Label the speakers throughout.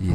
Speaker 1: 以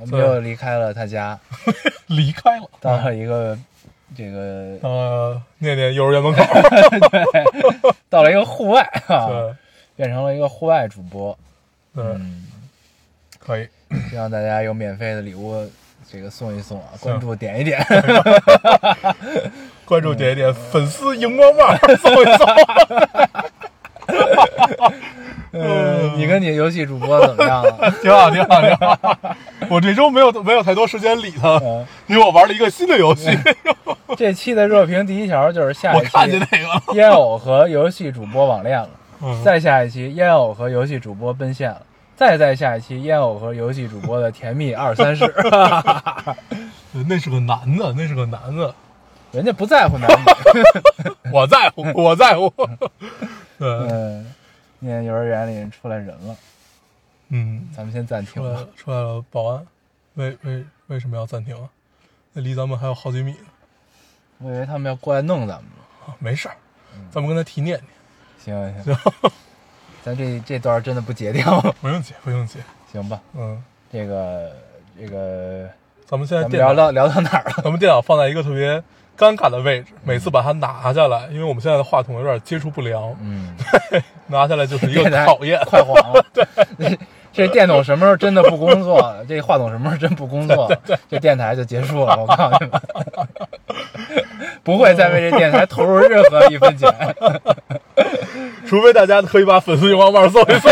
Speaker 1: 我们
Speaker 2: 对
Speaker 1: 又离开了他家，
Speaker 2: 离开了，啊
Speaker 1: 到了一个这个
Speaker 2: 呃，念念幼儿园门口，
Speaker 1: 到了一个户外啊，
Speaker 2: 对
Speaker 1: 变成了一个户外主播。
Speaker 2: 对，
Speaker 1: 嗯，
Speaker 2: 可以，
Speaker 1: 希望大家有免费的礼物，这个送一送啊，关注点一点。
Speaker 2: 关注点一点，粉丝荧光 棒，搜一搜。
Speaker 1: 嗯，你跟你游戏主播怎么样啊 了？
Speaker 2: 挺好，挺好，挺好。 我这周没有没有太多时间理他，
Speaker 1: 嗯
Speaker 2: 因为我玩了一个新的游戏，
Speaker 1: 这期的热评第一条就是下
Speaker 2: 我
Speaker 1: 一
Speaker 2: 看见
Speaker 1: 期
Speaker 2: 那个了。
Speaker 1: 烟偶和游戏主播网恋了，
Speaker 2: 嗯
Speaker 1: 再下一期烟偶和游戏主播奔现了。再再下一期，烟偶和游戏主播的甜蜜二 三事，
Speaker 2: 那是个男的，那是个男的，
Speaker 1: 人家不在 乎男女。
Speaker 2: 我在乎，我在乎。 对，
Speaker 1: 嗯，念幼儿园里人出来人了，
Speaker 2: 嗯，
Speaker 1: 咱们先暂停
Speaker 2: 出来
Speaker 1: 吧
Speaker 2: 了，。出来了，保安，为为为什么要暂停啊？那离咱们还有好几米呢。
Speaker 1: 我以为他们要过来弄咱们呢。
Speaker 2: 啊没事儿，
Speaker 1: 嗯
Speaker 2: 咱们跟他提念念，
Speaker 1: 行行， 咱这这段真的不截掉，
Speaker 2: 不用急，不用急。
Speaker 1: 行吧？
Speaker 2: 嗯，
Speaker 1: 这个这个，
Speaker 2: 咱们现
Speaker 1: 咱
Speaker 2: 在
Speaker 1: 们
Speaker 2: 电脑
Speaker 1: 聊到聊到哪儿了？
Speaker 2: 咱们电脑放在一个特别尴尬的位置，
Speaker 1: 嗯
Speaker 2: 每次把它拿下来，因为我们现在的话筒有点接触不良，
Speaker 1: 嗯，
Speaker 2: 拿下来就是一 个
Speaker 1: 电台
Speaker 2: 讨厌。
Speaker 1: 快黄 了。对， 这电筒什么时候真的不工作了？这话筒什么时候真不工作 了？这电台就结束了。我告诉你们，不会再为这电台投入任何一分钱。
Speaker 2: 除非大家可以把粉丝荧光棒送一送，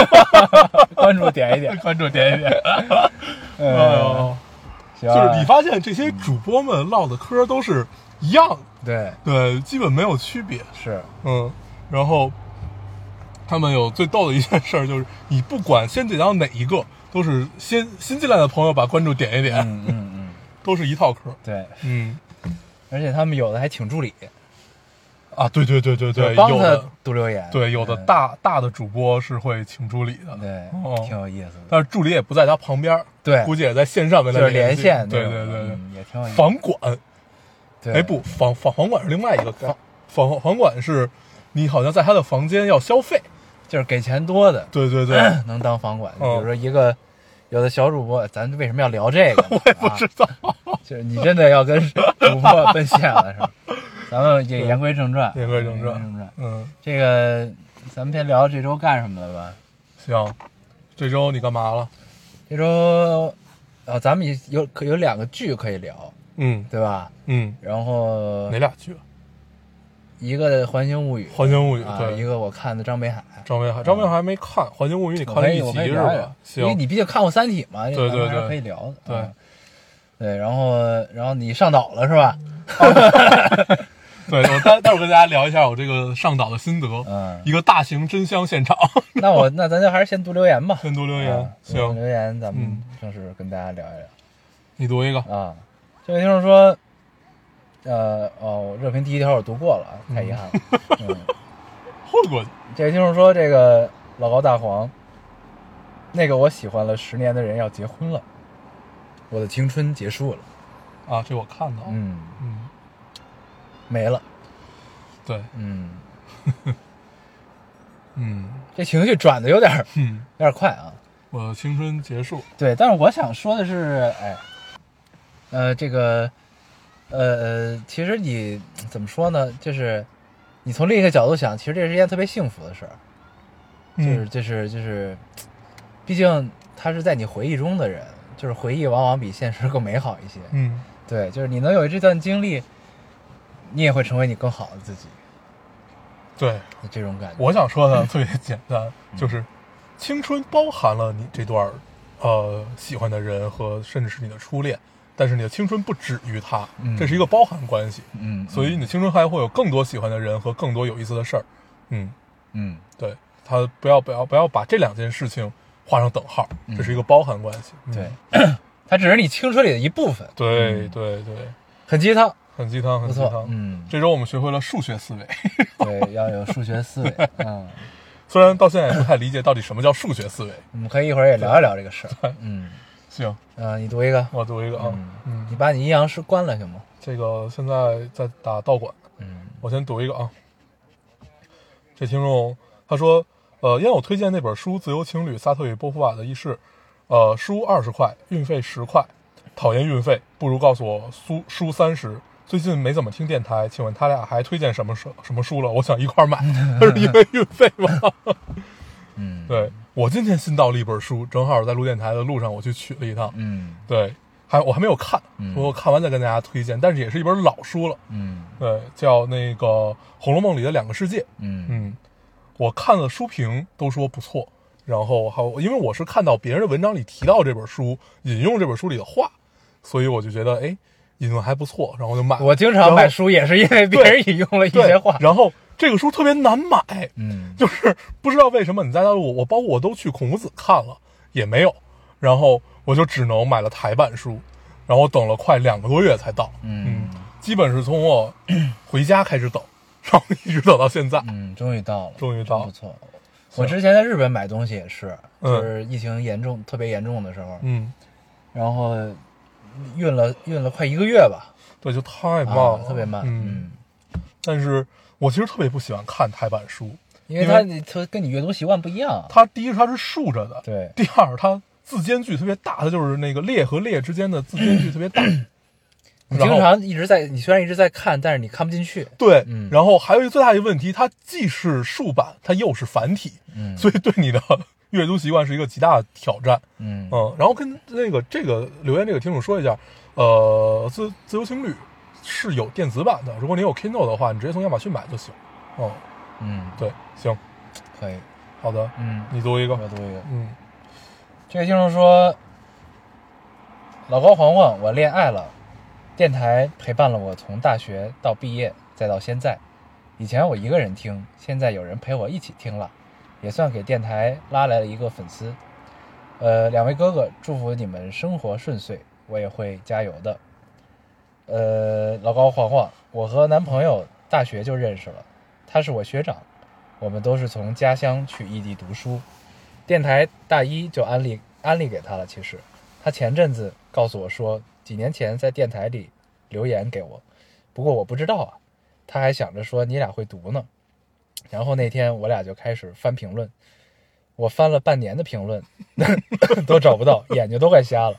Speaker 1: 关注点一点，
Speaker 2: 关注点一点。 哎
Speaker 1: 嗯，
Speaker 2: 呦，
Speaker 1: 行
Speaker 2: 就
Speaker 1: 啊，
Speaker 2: 是你发现这些主播们唠的嗑都是一样的，
Speaker 1: 对
Speaker 2: 对，基本没有区别。
Speaker 1: 是，
Speaker 2: 嗯，然后他们有最逗的一件事儿就是，你不管先点到哪一个，都是先新进来的朋友把关注点一点，
Speaker 1: 嗯嗯嗯，
Speaker 2: 都是一套嗑。
Speaker 1: 对，
Speaker 2: 嗯，
Speaker 1: 而且他们有的还请助理，
Speaker 2: 啊，对对对对
Speaker 1: 就
Speaker 2: 对，
Speaker 1: 帮
Speaker 2: 有
Speaker 1: 他
Speaker 2: 的
Speaker 1: 读留言，
Speaker 2: 对，有的
Speaker 1: 嗯
Speaker 2: 大、大的主播是会请助理的，
Speaker 1: 对，
Speaker 2: 哦
Speaker 1: 挺有意思的，
Speaker 2: 但是助理也不在他旁边，
Speaker 1: 对
Speaker 2: 估计也在线上跟他
Speaker 1: 就是连
Speaker 2: 联系
Speaker 1: 线那
Speaker 2: 对
Speaker 1: 种
Speaker 2: 对
Speaker 1: 的，
Speaker 2: 对对
Speaker 1: 嗯，也挺有意思。
Speaker 2: 房管，
Speaker 1: 对
Speaker 2: 哎不，房房房管是另外一个概，房房管是你好像在他的房间要消费，
Speaker 1: 就是给钱多的
Speaker 2: 对对 对，
Speaker 1: 能当房管，比
Speaker 2: 嗯
Speaker 1: 如说一个。有的小主播，咱为什么要聊 这个呢？我也不
Speaker 2: 知道，
Speaker 1: 就是你真的要跟主播奔现了，是吧？咱们也言归正传，
Speaker 2: 言归正
Speaker 1: 言
Speaker 2: 传，嗯，
Speaker 1: 这个咱们先聊这周干什么了吧？
Speaker 2: 行，这周你干嘛了？
Speaker 1: 这周，啊，咱们也有可有两个剧可以聊，
Speaker 2: 嗯
Speaker 1: 对吧？
Speaker 2: 嗯，
Speaker 1: 然后
Speaker 2: 哪俩剧？《
Speaker 1: 一个《环形物语》
Speaker 2: 环形物语》
Speaker 1: 啊，一
Speaker 2: 对，
Speaker 1: 个我看的张北海，
Speaker 2: 张北海，张北海还没看《环形物语》，你看
Speaker 1: 我可
Speaker 2: 了
Speaker 1: 以
Speaker 2: 一
Speaker 1: 我
Speaker 2: 集
Speaker 1: 可以
Speaker 2: 是
Speaker 1: 聊聊
Speaker 2: 吧？，
Speaker 1: 因为
Speaker 2: 行，
Speaker 1: 你毕竟看过《三体》嘛，这
Speaker 2: 对
Speaker 1: 咱
Speaker 2: 对
Speaker 1: 们还是
Speaker 2: 对
Speaker 1: 可以聊的。
Speaker 2: 对
Speaker 1: 嗯对，然后然后你上岛了是吧？
Speaker 2: 对，我待待会儿跟大家聊一下我这个上岛的心得，
Speaker 1: 嗯
Speaker 2: 一个大型真香现场，
Speaker 1: 那我那咱就还是先读留言吧。
Speaker 2: 先读留
Speaker 1: 啊
Speaker 2: 言，
Speaker 1: 读
Speaker 2: 行，
Speaker 1: 留言咱们
Speaker 2: 嗯
Speaker 1: 正式跟大家聊一聊
Speaker 2: 你读一个，
Speaker 1: 啊。这位听众说，呃哦，热评第一条我读过了，啊太遗憾了。嗯，
Speaker 2: 混过去，
Speaker 1: 这位听众说，这个老高大黄，那个我喜欢了十年的人要结婚了，我的青春结束了，
Speaker 2: 啊，这我看到了，
Speaker 1: 嗯，
Speaker 2: 嗯，
Speaker 1: 没了，
Speaker 2: 对，
Speaker 1: 嗯，
Speaker 2: 嗯
Speaker 1: 这情绪转的有点儿
Speaker 2: 哼，
Speaker 1: 有点儿快啊。
Speaker 2: 我的青春结束，
Speaker 1: 对，但是我想说的是，哎，呃，这个，呃呃，其实你怎么说呢？就是你从另一个角度想，其实这是一件特别幸福的事儿，就是
Speaker 2: 嗯，
Speaker 1: 就是就是，毕竟他是在你回忆中的人，就是回忆往往比现实更美好一些。
Speaker 2: 嗯，
Speaker 1: 对，就是你能有这段经历，你也会成为你更好的自己，
Speaker 2: 对，
Speaker 1: 就这种感觉。
Speaker 2: 我想说
Speaker 1: 嗯
Speaker 2: 的特别简单，就是青春包含了你这段儿呃喜欢的人和甚至是你的初恋，但是你的青春不止于他
Speaker 1: 嗯，
Speaker 2: 这是一个包含关系，
Speaker 1: 嗯，
Speaker 2: 所以你的青春还会有更多喜欢的人和更多有意思的事儿，嗯，
Speaker 1: 嗯，
Speaker 2: 对他不要不要不要把这两件事情画上等号，这是一个包含关系，嗯
Speaker 1: 对，它只是你青春里的一部分，
Speaker 2: 对对对，
Speaker 1: 很鸡汤，
Speaker 2: 很鸡汤，很
Speaker 1: 不
Speaker 2: 鸡
Speaker 1: 错
Speaker 2: 汤，。
Speaker 1: 嗯，
Speaker 2: 这周我们学会了数学思维，
Speaker 1: 对，要有数学思维， 嗯，
Speaker 2: 虽然到现在也不太理解到底什么叫数学思维。
Speaker 1: 我们可以一会儿也聊一聊这个事 儿，嗯，
Speaker 2: 行，
Speaker 1: 啊，你读一个，
Speaker 2: 我读一个啊，嗯，
Speaker 1: 你把你阴阳师关了行吗？
Speaker 2: 这个现在在打道馆，
Speaker 1: 嗯，
Speaker 2: 我先读一个啊。这听众他说，呃，因为我推荐那本书《自由情侣：萨特与波伏瓦的轶事》，呃，书二十块，运费十块，讨厌运费，不如告诉我书书三十。最近没怎么听电台，请问他俩还推荐什么书什么书了？我想一块儿买，但是因为运费嘛。
Speaker 1: 嗯，
Speaker 2: 对我今天新到了一本书，正好在录电台的路上我去取了一趟。
Speaker 1: 嗯
Speaker 2: 对，还我还没有看，
Speaker 1: 嗯
Speaker 2: 我看完再跟大家推荐，但是也是一本老书了。
Speaker 1: 嗯
Speaker 2: 对，叫那个《红楼梦》里的两个世界。
Speaker 1: 嗯
Speaker 2: 嗯，我看了书评都说不错，然后还有因为我是看到别人的文章里提到这本书，引用这本书里的话，所以我就觉得哎，引用还不错，然后我就买了。
Speaker 1: 我经常买书也是因为别人引用了一
Speaker 2: 对
Speaker 1: 些话，
Speaker 2: 然后这个书特别难买，
Speaker 1: 嗯
Speaker 2: 就是不知道为什么你在大陆，我包括我都去孔夫子看了也没有，然后我就只能买了台版书，然后等了快两个多月才到，
Speaker 1: 嗯
Speaker 2: 基本是从我回家开始等，然后一直等到现在。
Speaker 1: 嗯，终于到了，
Speaker 2: 终于到了
Speaker 1: 真不错。我之前在日本买东西也是，
Speaker 2: 嗯
Speaker 1: 就是疫情严重、特别严重的时候，
Speaker 2: 嗯，
Speaker 1: 然后运了运了快一个月吧，
Speaker 2: 对，就太慢
Speaker 1: 啊
Speaker 2: 了，，
Speaker 1: 特别慢，
Speaker 2: 嗯，，但是我其实特别不喜欢看台版书，
Speaker 1: 因为它它跟你阅读习惯不一样，
Speaker 2: 它第一是它是竖着的，
Speaker 1: 对，
Speaker 2: 第二它字间距特别大，它就是那个列和列之间的字间距特别大。
Speaker 1: 嗯你
Speaker 2: 然
Speaker 1: 经
Speaker 2: 后
Speaker 1: 常一直在，你虽然一直在看，但是你看不进去，
Speaker 2: 对，
Speaker 1: 嗯
Speaker 2: 然后还有一个最大一个问题，它既是竖版，它又是繁体，
Speaker 1: 嗯
Speaker 2: 所以对你的 阅读习惯是一个极大的挑战。
Speaker 1: 嗯
Speaker 2: 嗯，然后跟那个这个留言这个听众说一下，呃，自自由情侣是有电子版的，如果你有 Kindle 的话，你直接从亚马逊买就行。嗯，
Speaker 1: 嗯，
Speaker 2: 对，行，
Speaker 1: 可以，
Speaker 2: 好的，
Speaker 1: 嗯，
Speaker 2: 你读一个，
Speaker 1: 我读一个，
Speaker 2: 嗯
Speaker 1: 这位听众说：“老高黄黄，我恋爱了，电台陪伴了我从大学到毕业，再到现在。以前我一个人听，现在有人陪我一起听了，也算给电台拉来了一个粉丝。呃，两位哥哥，祝福你们生活顺遂，我也会加油的。呃，老高黄黄，我和男朋友大学就认识了，他是我学长，我们都是从家乡去异地读书。”电台大一就安利安利给他了。其实，他前阵子告诉我说，几年前在电台里留言给我，不过我不知道啊。他还想着说你俩会读呢。然后那天我俩就开始翻评论，我翻了半年的评论， 都找不到，眼睛都快瞎了。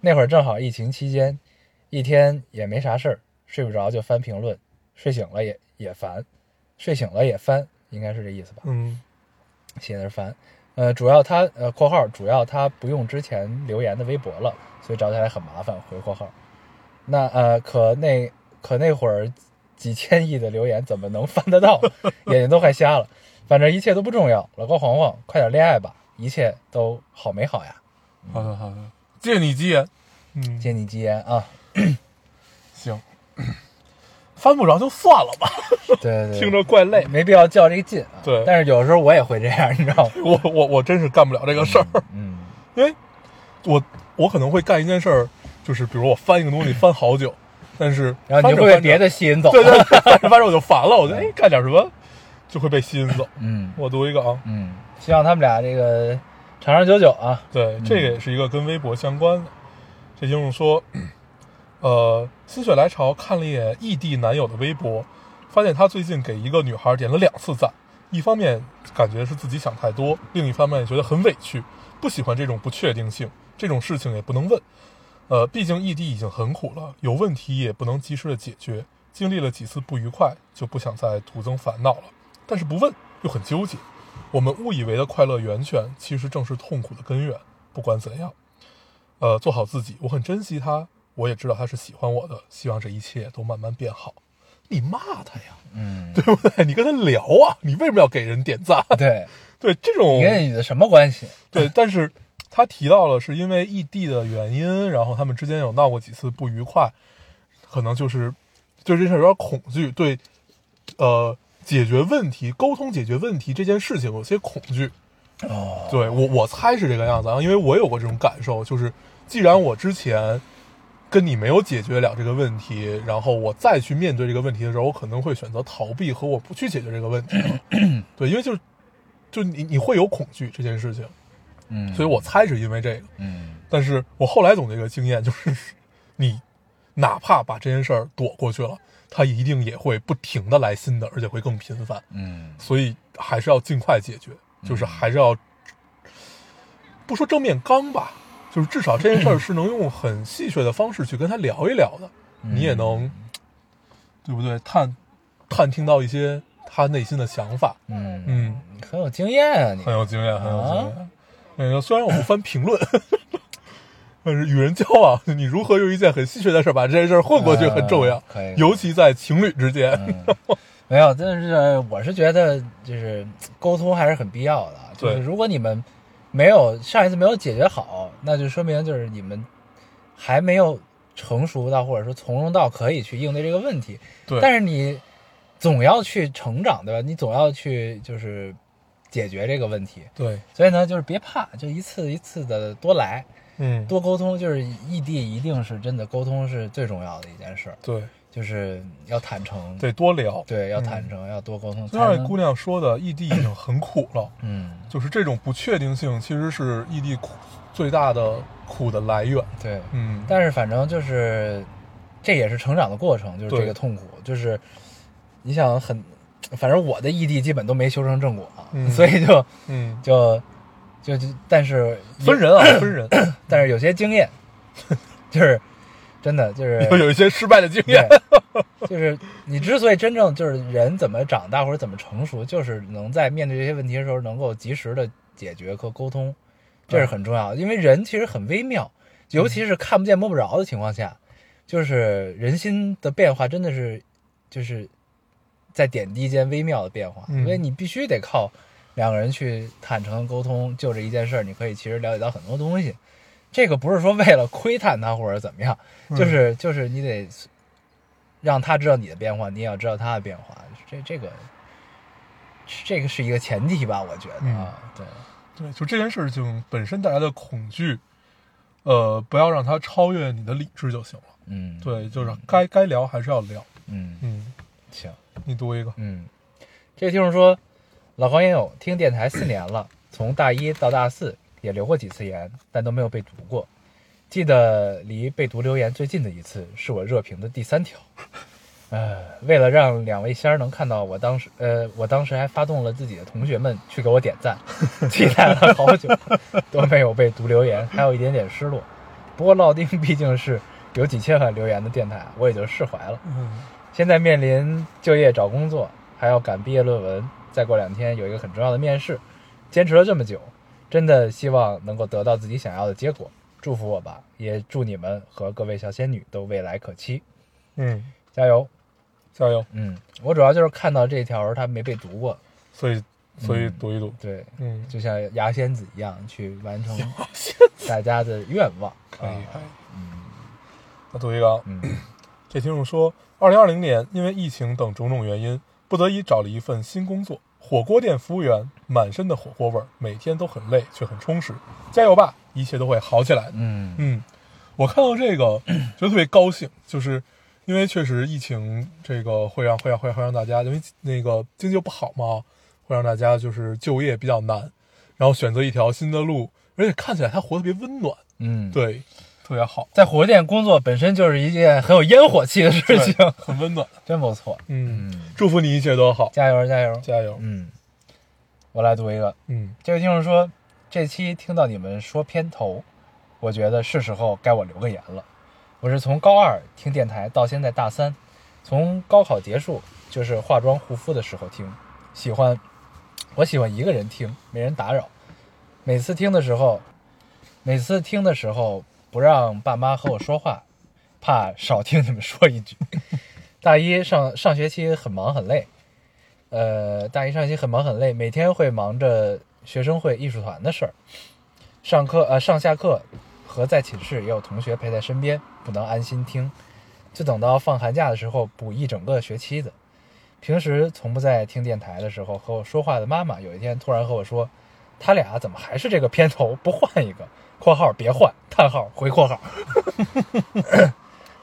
Speaker 1: 那会儿正好疫情期间，一天也没啥事儿，睡不着就翻评论，睡醒了也也烦，睡醒了也翻，应该是这意思吧？
Speaker 2: 嗯
Speaker 1: 写的是烦。呃，主要他呃（括号）主要他不用之前留言的微博了，所以找起来很麻烦。回括号，那呃，可那可那会儿几千亿的留言怎么能翻得到？ 眼睛都快瞎了。反正一切都不重要。老高黄黄，快点恋爱吧，一切都好美好呀！
Speaker 2: 好的好的，借你吉言，嗯，
Speaker 1: 借你吉言 啊！
Speaker 2: 行，翻不着就算了吧，
Speaker 1: 对对对，
Speaker 2: 听着怪累。
Speaker 1: 没必要较这个劲啊。
Speaker 2: 对
Speaker 1: 但是有时候我也会这样，你知道吗？
Speaker 2: 我我我真是干不了这个事儿，
Speaker 1: 嗯
Speaker 2: 因为我我可能会干一件事儿，就是比如我翻一个东西翻好久，但是
Speaker 1: 然后
Speaker 2: 翻着
Speaker 1: 你就会被
Speaker 2: 翻着
Speaker 1: 别的吸引走。
Speaker 2: 对 对，对翻着翻着我就烦了，我觉得哎干点什么就会被吸引走。
Speaker 1: 嗯
Speaker 2: 我读一个啊，
Speaker 1: 嗯，希望他们俩这个长长久久啊。
Speaker 2: 对，这个也是一个跟微博相关的。这听众说， 呃，心血来潮看了一眼异地男友的微博，发现他最近给一个女孩点了两次赞，一方面感觉是自己想太多，另一方面也觉得很委屈，不喜欢这种不确定性，这种事情也不能问。呃，毕竟异地已经很苦了，有问题也不能及时的解决，经历了几次不愉快，就不想再徒增烦恼了。但是不问又很纠结，我们误以为的快乐源泉，其实正是痛苦的根源。不管怎样，呃，做好自己，我很珍惜他，我也知道他是喜欢我的，希望这一切都慢慢变好。你骂他呀，
Speaker 1: 嗯，
Speaker 2: 对不 对？你跟他聊啊，你为什么要给人点赞？
Speaker 1: 对，
Speaker 2: 对这种
Speaker 1: 你跟女的什么关系？
Speaker 2: 对，但是他提到了是因为异地的原因，然后他们之间有闹过几次不愉快，可能就是对这事儿有点恐惧，对呃解决问题、沟通解决问题这件事情有些恐惧，
Speaker 1: 哦，
Speaker 2: 对我我猜是这个样子啊，因为我有过这种感受，就是既然我之前跟你没有解决了这个问题，然后我再去面对这个问题的时候，我可能会选择逃避和我不去解决这个问题。对，因为就是就你你会有恐惧这件事情，
Speaker 1: 嗯，
Speaker 2: 所以我猜是因为这个。
Speaker 1: 嗯
Speaker 2: 但是我后来总结一个经验，就是你哪怕把这件事儿躲过去了，它一定也会不停的来新的，而且会更频繁。
Speaker 1: 嗯
Speaker 2: 所以还是要尽快解决，就是还是要不说正面刚吧，就是至少这件事儿是能用很戏谑的方式去跟他聊一聊的，
Speaker 1: 嗯
Speaker 2: 你也能，对不对？探探听到一些他内心的想法，
Speaker 1: 嗯，
Speaker 2: 嗯，
Speaker 1: 你很有经验啊你
Speaker 2: 很。有经验，很有经
Speaker 1: 啊
Speaker 2: 验。那个虽然我不翻评论，但是与人交往，你如何用一件很戏谑的事儿把这件事儿混 过去很重要
Speaker 1: 嗯可以，
Speaker 2: 尤其在情侣之间。
Speaker 1: 没有，但是我是觉得就是沟通还是很必要的。啊就
Speaker 2: 对
Speaker 1: 是如果你们没有上一次没有解决好，那就说明就是你们还没有成熟到或者说从容到可以去应对这个问题。
Speaker 2: 对，
Speaker 1: 但是你总要去成长，对吧？你总要去就是解决这个问题。
Speaker 2: 对，
Speaker 1: 所以呢，就是别怕，就一次一次的多来，
Speaker 2: 嗯，
Speaker 1: 多沟通。就是异地一定是真的沟通是最重要的一件事儿，
Speaker 2: 对，
Speaker 1: 就是要坦诚，
Speaker 2: 得多聊。
Speaker 1: 对，要坦诚，要多沟通。
Speaker 2: 就
Speaker 1: 才
Speaker 2: 像
Speaker 1: 能
Speaker 2: 姑娘说的，异地已经很苦了，
Speaker 1: 嗯，
Speaker 2: 就是这种不确定性其实是异地苦最大的苦的来源。
Speaker 1: 对。
Speaker 2: 嗯，
Speaker 1: 但是反正就是，这也是成长的过程，就是
Speaker 2: 对
Speaker 1: 这个痛苦，就是你想很，反正我的异地基本都没修成正果啊，
Speaker 2: 嗯
Speaker 1: 所以就
Speaker 2: 嗯，
Speaker 1: 就就就，但是也
Speaker 2: 分，人啊，分人，
Speaker 1: 但是有些经验， 就是真的就是
Speaker 2: 有有一些失败的经验。
Speaker 1: 对，就是你之所以真正就是人怎么长大或者怎么成熟，就是能在面对这些问题的时候，能够及时的解决和沟通，这是很重
Speaker 2: 嗯
Speaker 1: 要的。因为人其实很微妙，尤其是看不见摸不着的情况下，就是人心的变化真的是就是在点滴间微妙的变化，
Speaker 2: 嗯
Speaker 1: 所以你必须得靠两个人去坦诚地沟通，就这一件事儿，你可以其实了解到很多东西。这个不是说为了窥探他或者怎么样，就是就是你得让他知道你的变化，你也要知道他的变化。这这个这个是一个前提吧，我觉得啊，对，
Speaker 2: 对，就这件事情本身带来的恐惧，呃，不要让它超越你的理智就行了。
Speaker 1: 嗯，，
Speaker 2: 对，就是该该聊还是要聊。
Speaker 1: 嗯，
Speaker 2: 嗯，
Speaker 1: 行，
Speaker 2: 你读一个。
Speaker 1: 嗯，这个听众说，老黄也有听电台四年了，从大一到大四也留过几次言，但都没有被读过。记得离被读留言最近的一次是我热评的第三条。呃，为了让两位仙儿能看到我当时，呃，我当时还发动了自己的同学们去给我点赞，期待了好久都没有被读留言，还有一点点失落。不过老丁毕竟是有几千万留言的电台，啊我也就释怀了。
Speaker 2: 嗯
Speaker 1: 现在面临就业、找工作，还要赶毕业论文，再过两天有一个很重要的面试，坚持了这么久，真的希望能够得到自己想要的结果。祝福我吧，也祝你们和各位小仙女都未来可期，
Speaker 2: 嗯，
Speaker 1: 加油！
Speaker 2: 加油。
Speaker 1: 嗯，我主要就是看到这条他没被读过，
Speaker 2: 所以所以读一读。
Speaker 1: 对，
Speaker 2: 嗯，
Speaker 1: 就像牙仙子一样去完成大家的愿望。
Speaker 2: 可以可以。
Speaker 1: 嗯
Speaker 2: 啊那读一个啊。
Speaker 1: 嗯
Speaker 2: 这听众说，二零二零年因为疫情等种种原因，不得已找了一份新工作，火锅店服务员，满身的火锅味儿，每天都很累却很充实。加油吧，一切都会好起来的。
Speaker 1: 嗯
Speaker 2: 嗯，我看到这个觉得特别高兴，就是因为确实疫情这个会让会让会让会让大家因为那个经济又不好嘛，会让大家就是就业比较难，然后选择一条新的路，而且看起来他活得特别温暖，
Speaker 1: 嗯，，
Speaker 2: 对，特别好，
Speaker 1: 在火锅店工作本身就是一件很有烟火气的事情，
Speaker 2: 对很温暖。
Speaker 1: 真不错。
Speaker 2: 嗯，
Speaker 1: 嗯，
Speaker 2: 祝福你一切都好，
Speaker 1: 加油加油！
Speaker 2: 加油。
Speaker 1: 嗯，我来读一个。
Speaker 2: 嗯
Speaker 1: 这位听众说，这期听到你们说片头，我觉得是时候该我留个言了。我是从高二听电台到现在大三，从高考结束就是化妆护肤的时候听，喜欢，我喜欢一个人听，没人打扰。每次听的时候，每次听的时候不让爸妈和我说话，怕少听你们说一句。 大一上上学期很忙很累，呃，大一上学期很忙很累，每天会忙着学生会、艺术团的事儿，上课呃上下课和在寝室也有同学陪在身边，不能安心听，就等到放寒假的时候补一整个学期的。平时从不在听电台的时候和我说话的妈妈，有一天突然和我说：“他俩怎么还是这个片头不换一个？（括号别换，叹号回括号。）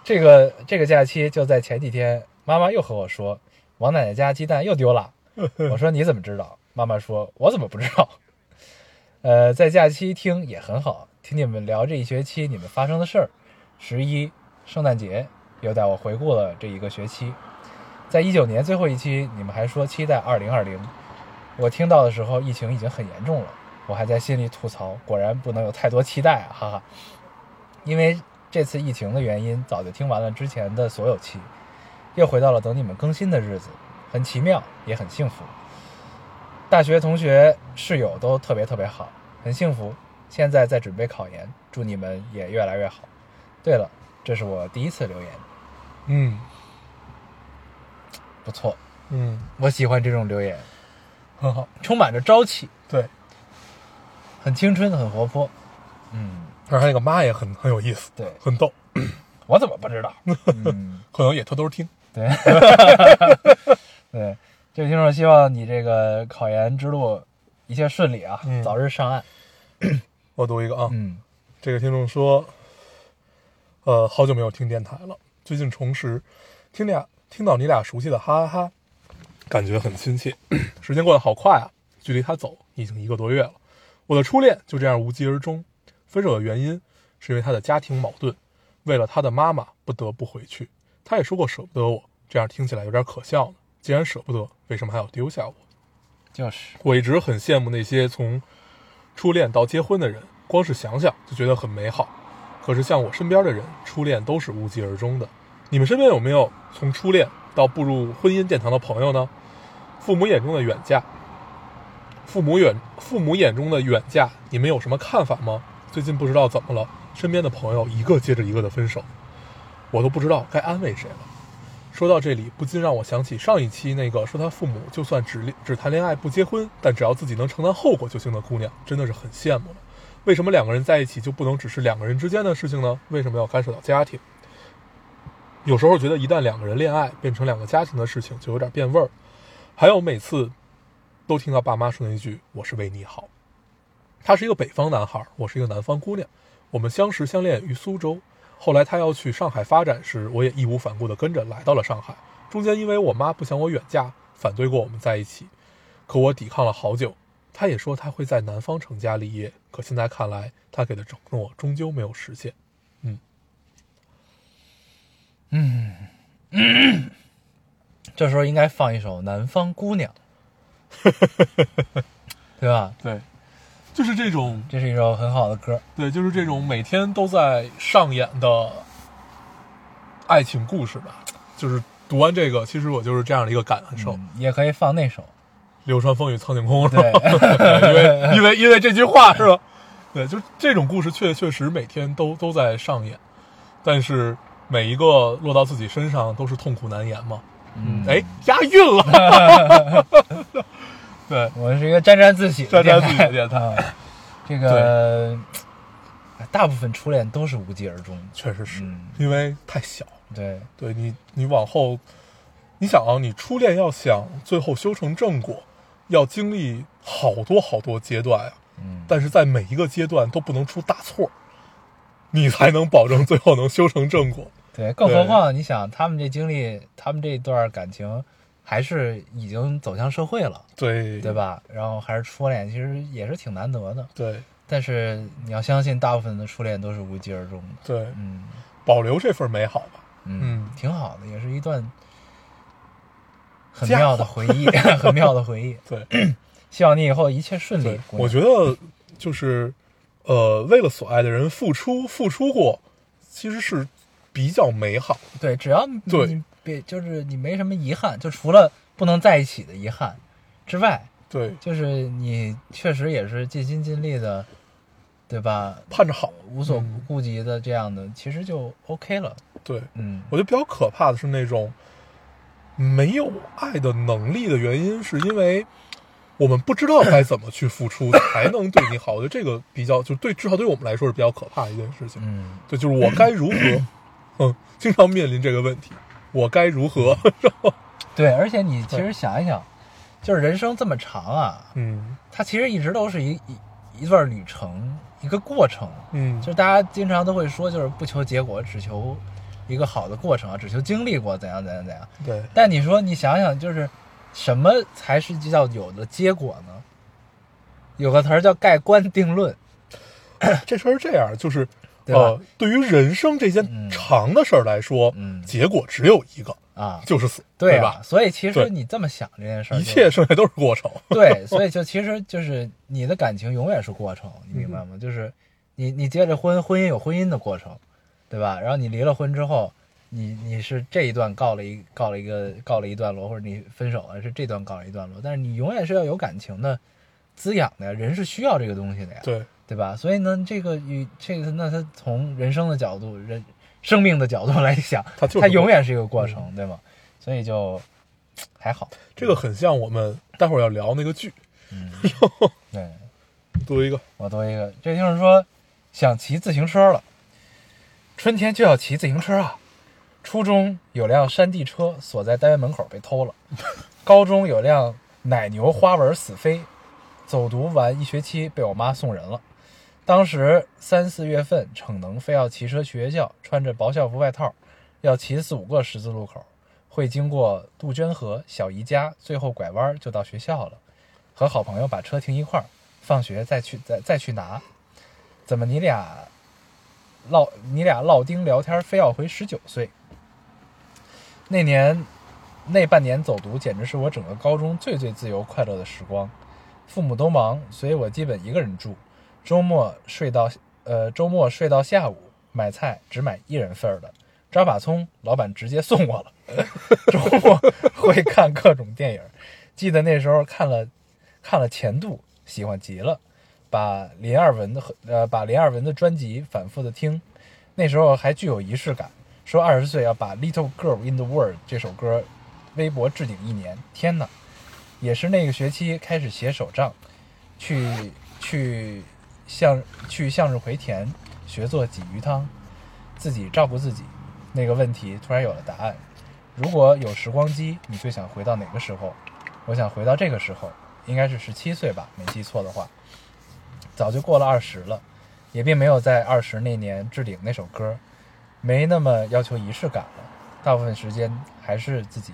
Speaker 1: 这个这个假期就在前几天，妈妈又和我说，王奶奶家鸡蛋又丢了。我说你怎么知道？妈妈说，我怎么不知道？呃，在假期听也很好，听你们聊这一学期你们发生的事儿。十一圣诞节又带我回顾了这一个学期。在一九年最后一期，你们还说期待二零二零，我听到的时候疫情已经很严重了，我还在心里吐槽，果然不能有太多期待啊，哈哈。因为这次疫情的原因，早就听完了之前的所有期，又回到了等你们更新的日子，很奇妙，也很幸福。大学同学、室友都特别特别好，很幸福。现在在准备考研，祝你们也越来越好。对了，这是我第一次留言，
Speaker 2: 嗯
Speaker 1: 不错，
Speaker 2: 嗯，
Speaker 1: 我喜欢这种留言，
Speaker 2: 很好，
Speaker 1: 充满着朝气，
Speaker 2: 对，
Speaker 1: 很青春，很活泼。嗯，
Speaker 2: 而且那个妈也很很有意思，
Speaker 1: 对
Speaker 2: 很逗，
Speaker 1: 我怎么不知道？嗯，
Speaker 2: 可能也偷偷听，
Speaker 1: 对，对，这位听众希望你这个考研之路一切顺利啊，
Speaker 2: 嗯
Speaker 1: 早日上岸。
Speaker 2: 我读一个啊，
Speaker 1: 嗯
Speaker 2: 这个听众说，呃，好久没有听电台了，最近重拾，听俩听到你俩熟悉的哈哈哈，感觉很亲切。 时间过得好快啊，距离他走已经一个多月了。我的初恋就这样无疾而终，分手的原因是因为他的家庭矛盾，为了他的妈妈不得不回去。他也说过舍不得我，这样听起来有点可笑呢。既然舍不得，为什么还要丢下我？
Speaker 1: 就是，
Speaker 2: 我一直很羡慕那些从初恋到结婚的人，光是想想就觉得很美好。可是像我身边的人，初恋都是无疾而终的。你们身边有没有从初恋到步入婚姻殿堂的朋友呢？父母眼中的远嫁，父母远父母眼中的远嫁，你们有什么看法吗？最近不知道怎么了，身边的朋友一个接着一个的分手，我都不知道该安慰谁了。说到这里，不禁让我想起上一期那个说她父母就算只恋只谈恋爱不结婚，但只要自己能承担后果就行的姑娘，真的是很羡慕了。为什么两个人在一起就不能只是两个人之间的事情呢？为什么要干涉到家庭？有时候觉得一旦两个人恋爱变成两个家庭的事情，就有点变味儿。还有每次都听到爸妈说那一句“我是为你好”，他是一个北方男孩，我是一个南方姑娘。我们相识相恋于苏州，后来他要去上海发展时，我也义无反顾地跟着来到了上海。中间因为我妈不想我远嫁，反对过我们在一起，可我抵抗了好久。她也说她会在南方成家立业，可现在看来，她给的承诺终究没有实现。
Speaker 1: 这时候应该放一首《南方姑 娘》，对吧？
Speaker 2: 对，就是这种，
Speaker 1: 这是一首很好的歌。
Speaker 2: 对，就是这种每天都在上演的爱情故事吧。就是读完这个，其实我就是这样的一个感受。
Speaker 1: 嗯也可以放那 首。
Speaker 2: 流川枫与苍井空是吧？
Speaker 1: 对
Speaker 2: 对因 为因为因为这句话是吧？ 对，就这种故事确确实每天都都在上演，但是每一个落到自己身上都是痛苦难言嘛。嗯，哎，押韵了。 对，
Speaker 1: 我是一个沾沾自喜的
Speaker 2: 沾沾
Speaker 1: 电
Speaker 2: 自
Speaker 1: 台，
Speaker 2: 喜的电台
Speaker 1: 啊这个哎大部分初恋都是无疾而终。
Speaker 2: 确实是、
Speaker 1: 嗯
Speaker 2: 因为太小。
Speaker 1: 对，
Speaker 2: 对你，你往后，你想啊，你初恋要想最后修成正果，要经历好多好多阶段啊。
Speaker 1: 嗯，
Speaker 2: 但是在每一个阶段都不能出大错，你才能保证最后能修成正果。
Speaker 1: 对，更
Speaker 2: 对
Speaker 1: 何况你想，他们这经历，他们这段感情，还是已经走向社会了，
Speaker 2: 对
Speaker 1: 对？吧？然后还是初恋，其实也是挺难得的。
Speaker 2: 对
Speaker 1: 但是你要相信，大部分的初恋都是无疾而终的。
Speaker 2: 对，
Speaker 1: 嗯
Speaker 2: 保留这份美好吧。嗯
Speaker 1: 挺好的，也是一段很
Speaker 2: 佳
Speaker 1: 妙的回 忆，很妙的回忆。
Speaker 2: 对，
Speaker 1: 希望你以后一切顺利
Speaker 2: 对，，
Speaker 1: 姑娘
Speaker 2: 我觉得就是，呃，为了所爱的人付出，付出过，其实是比较美好。
Speaker 1: 对，只要
Speaker 2: 对
Speaker 1: 你别就是你没什么遗憾，就除了不能在一起的遗憾之外，
Speaker 2: 对，
Speaker 1: 就是你确实也是尽心尽力的，对吧？
Speaker 2: 盼着好。
Speaker 1: 无所
Speaker 2: 嗯
Speaker 1: 顾及的这样的，其实就 OK 了。
Speaker 2: 对，
Speaker 1: 嗯，
Speaker 2: 我觉得比较可怕的是那种没有爱的能力的原因，是因为我们不知道该怎么去付出才能对你好。我觉得这个比较，就对至少对我们来说是比较可怕的一件事情。
Speaker 1: 嗯，
Speaker 2: 对，就是我该如何， 嗯，经常面临这个问题，我该如何？
Speaker 1: 对，而且你其
Speaker 2: 对
Speaker 1: 实想一想，就是人生这么长啊，
Speaker 2: 嗯
Speaker 1: 它其实一直都是一一一段旅程，一个过程。
Speaker 2: 嗯，
Speaker 1: 就是大家经常都会说，就是不求结果，只求一个好的过程啊，只求经历过怎样怎样怎样。
Speaker 2: 对，
Speaker 1: 但你说，你想想，就是什么才是叫有的结果呢？有个词儿叫盖棺定论，
Speaker 2: 哎这事儿是这样，就是
Speaker 1: 对吧
Speaker 2: 呃，对于人生这件
Speaker 1: 嗯
Speaker 2: 长的事儿来说，
Speaker 1: 嗯
Speaker 2: 结果只有一个，
Speaker 1: 啊，
Speaker 2: 就是死，
Speaker 1: 对
Speaker 2: 吧
Speaker 1: 啊，？所以其
Speaker 2: 对
Speaker 1: 实你这么想这件事儿就，
Speaker 2: 一切剩下都是过 程。
Speaker 1: 对，所以就其实就是你的感情永远是过程，
Speaker 2: 嗯
Speaker 1: 你明白吗？就是你你结了婚，婚姻有婚姻的过程，对吧？然后你离了婚之后，你你是这一段告了一告了一个告了一段落，或者你分手了是这段告了一段落，但是你永远是要有感情的滋养的呀，人是需要这个东西的呀，
Speaker 2: 对，
Speaker 1: 对吧？所以呢，这个与这个那他从人生的角度，人生命的角度来讲，
Speaker 2: 它就是嗯
Speaker 1: 它永远是一个过程，对吗？所以就还好，
Speaker 2: 这个很像我们待会儿要聊那个剧，
Speaker 1: 嗯 对。
Speaker 2: 读一个，
Speaker 1: 我读一个，这就是说想骑自行车了，春天就要骑自行车啊。初中有辆山地车锁在单位门口被偷了，高中有辆奶牛花纹死飞，走读完一学期被我妈送人了。当时三四月份，逞能非要骑车去学校，穿着薄校服外套，要骑四五个十字路口，会经过杜鹃河、小姨家，最后拐弯就到学校了。和好朋友把车停一块儿，放学再去再再去拿。怎么你俩唠你俩唠丁聊天，非要回十九岁？那年那半年走读，简直是我整个高中最最自由快乐的时光。父母都忙，所以我基本一个人住。周末睡到呃周末睡到下午，买菜只买一人份儿的，抓把葱，老板直接送我了。 周末会看各种电影，记得那时候看了看了《前度》，喜欢极了，把林二文的和呃把林二文的专辑反复的听，那时候还具有仪式感，说二十岁要把《Little Girl in the World》这首歌微博置顶一年，天哪！也是那个学期开始写手账，去去向去向日葵田学做鲫鱼汤，自己照顾自己。那个问题突然有了答案。如果有时光机，你最想回到哪个时候？我想回到这个时候，应该是十七岁吧，没记错的话。早就过了二十了，也并没有在二十那年置顶那首歌，没那么要求仪式感了。大部分时间还是自己，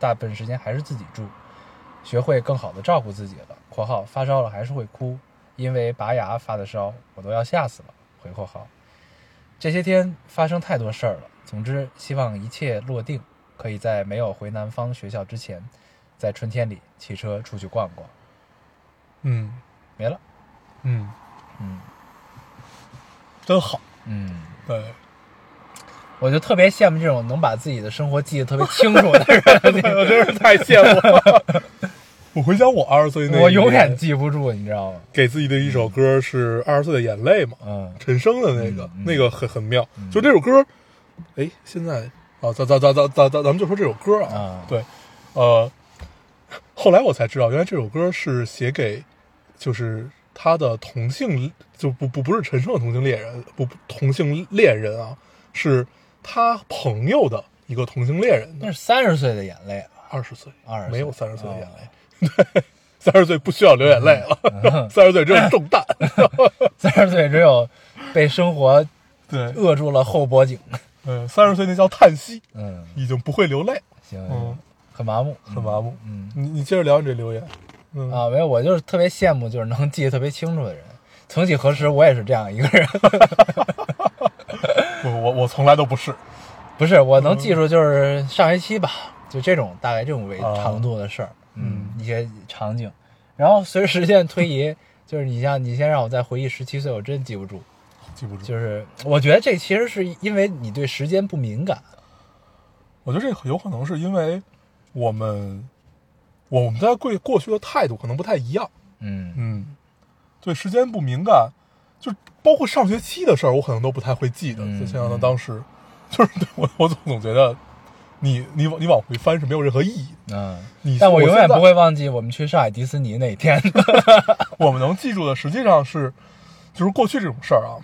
Speaker 1: 大部分时间还是自己住，学会更好的照顾自己了。（括号发烧了还是会哭，因为拔牙发的烧，我都要吓死了。）回括号。这些天发生太多事儿了，总之希望一切落定，可以在没有回南方学校之前，在春天里骑车出去逛逛。
Speaker 2: 嗯
Speaker 1: 没了，
Speaker 2: 嗯，
Speaker 1: 嗯
Speaker 2: 真好，
Speaker 1: 嗯，
Speaker 2: 对，
Speaker 1: 我就特别羡慕这种能把自己的生活记得特别清楚的
Speaker 2: 我
Speaker 1: 人，
Speaker 2: 真是太羡慕了。 我回想我二十岁那一年，
Speaker 1: 我永远记不住，你知道吗？
Speaker 2: 给自己的一首歌是《二十岁的眼泪》嘛，
Speaker 1: 嗯
Speaker 2: 陈升的那个，
Speaker 1: 嗯嗯
Speaker 2: 那个很很妙。就这首歌，哎，现在啊，咱咱咱咱咱咱咱们就说这首歌啊
Speaker 1: 啊，
Speaker 2: 对，呃，后来我才知道，原来这首歌是写给就是他的同性，就不不不是陈升的同性恋人，不不同性恋人啊，是他朋友的一个同性恋人
Speaker 1: 那
Speaker 2: 的
Speaker 1: 是三十岁的眼泪吧？
Speaker 2: 二十岁，
Speaker 1: 嗯二十啊
Speaker 2: 没有三十岁的眼泪。三十岁不需要流眼泪了，
Speaker 1: 嗯
Speaker 2: 三十岁只有重 担。
Speaker 1: 三十岁只有被生活
Speaker 2: 对，
Speaker 1: 扼住了后脖颈。
Speaker 2: 嗯，三十岁那叫叹息，
Speaker 1: 嗯，
Speaker 2: 已经不会流泪，
Speaker 1: 行，
Speaker 2: 嗯
Speaker 1: 很麻木，
Speaker 2: 很麻木。
Speaker 1: 嗯。
Speaker 2: 你你接着聊你这留言，嗯，
Speaker 1: 啊，没有，我就是特别羡慕，就是能记得特别清楚的人。 曾几何时，我也是这样一个人，
Speaker 2: 我我我从来都不是，
Speaker 1: 不是我能记住就是上学期吧，就这种大概这种为
Speaker 2: 啊
Speaker 1: 长度的事儿，
Speaker 2: 嗯，
Speaker 1: 一些场景。然后随着时间推移，就是你像你先让我再回忆十七岁，我真记不住。
Speaker 2: 记不住。
Speaker 1: 就是我觉得这其实是因为你对时间不敏感，
Speaker 2: 我觉得这个有可能是因为我们我们在过过去的态度可能不太一样，
Speaker 1: 嗯
Speaker 2: 嗯，对时间不敏感，就包括上学期的事儿，我可能都不太会记得。
Speaker 1: 嗯
Speaker 2: 就像
Speaker 1: 嗯
Speaker 2: 当时，就是 对我我总总觉得你你往你往回翻是没有任何意义。
Speaker 1: 嗯，
Speaker 2: 你
Speaker 1: 但我永远
Speaker 2: 现在
Speaker 1: 不会忘记我们去上海迪士尼那一天。
Speaker 2: 我们能记住的实际上是，就是过去这种事儿啊，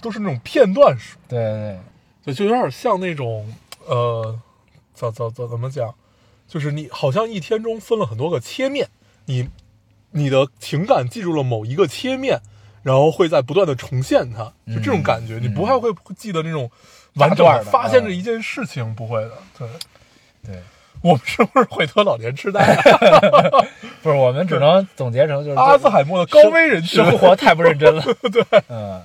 Speaker 2: 都是那种片段式，
Speaker 1: 对对对，
Speaker 2: 对，就有点像那种呃，怎怎怎怎么讲，就是你好像一天中分了很多个切面，你你的情感记住了某一个切面，然后会在不断的重现它，就这种感觉，你不太会记得那种完整
Speaker 1: 嗯大段儿的
Speaker 2: 发现
Speaker 1: 嗯
Speaker 2: 这一件事情，不会的。对，
Speaker 1: 对，
Speaker 2: 我们是不是会得老年痴呆啊、
Speaker 1: 不是，我们只能总结成就是
Speaker 2: 阿兹海默的高危人群
Speaker 1: 生，生活太不认 真了。对，嗯，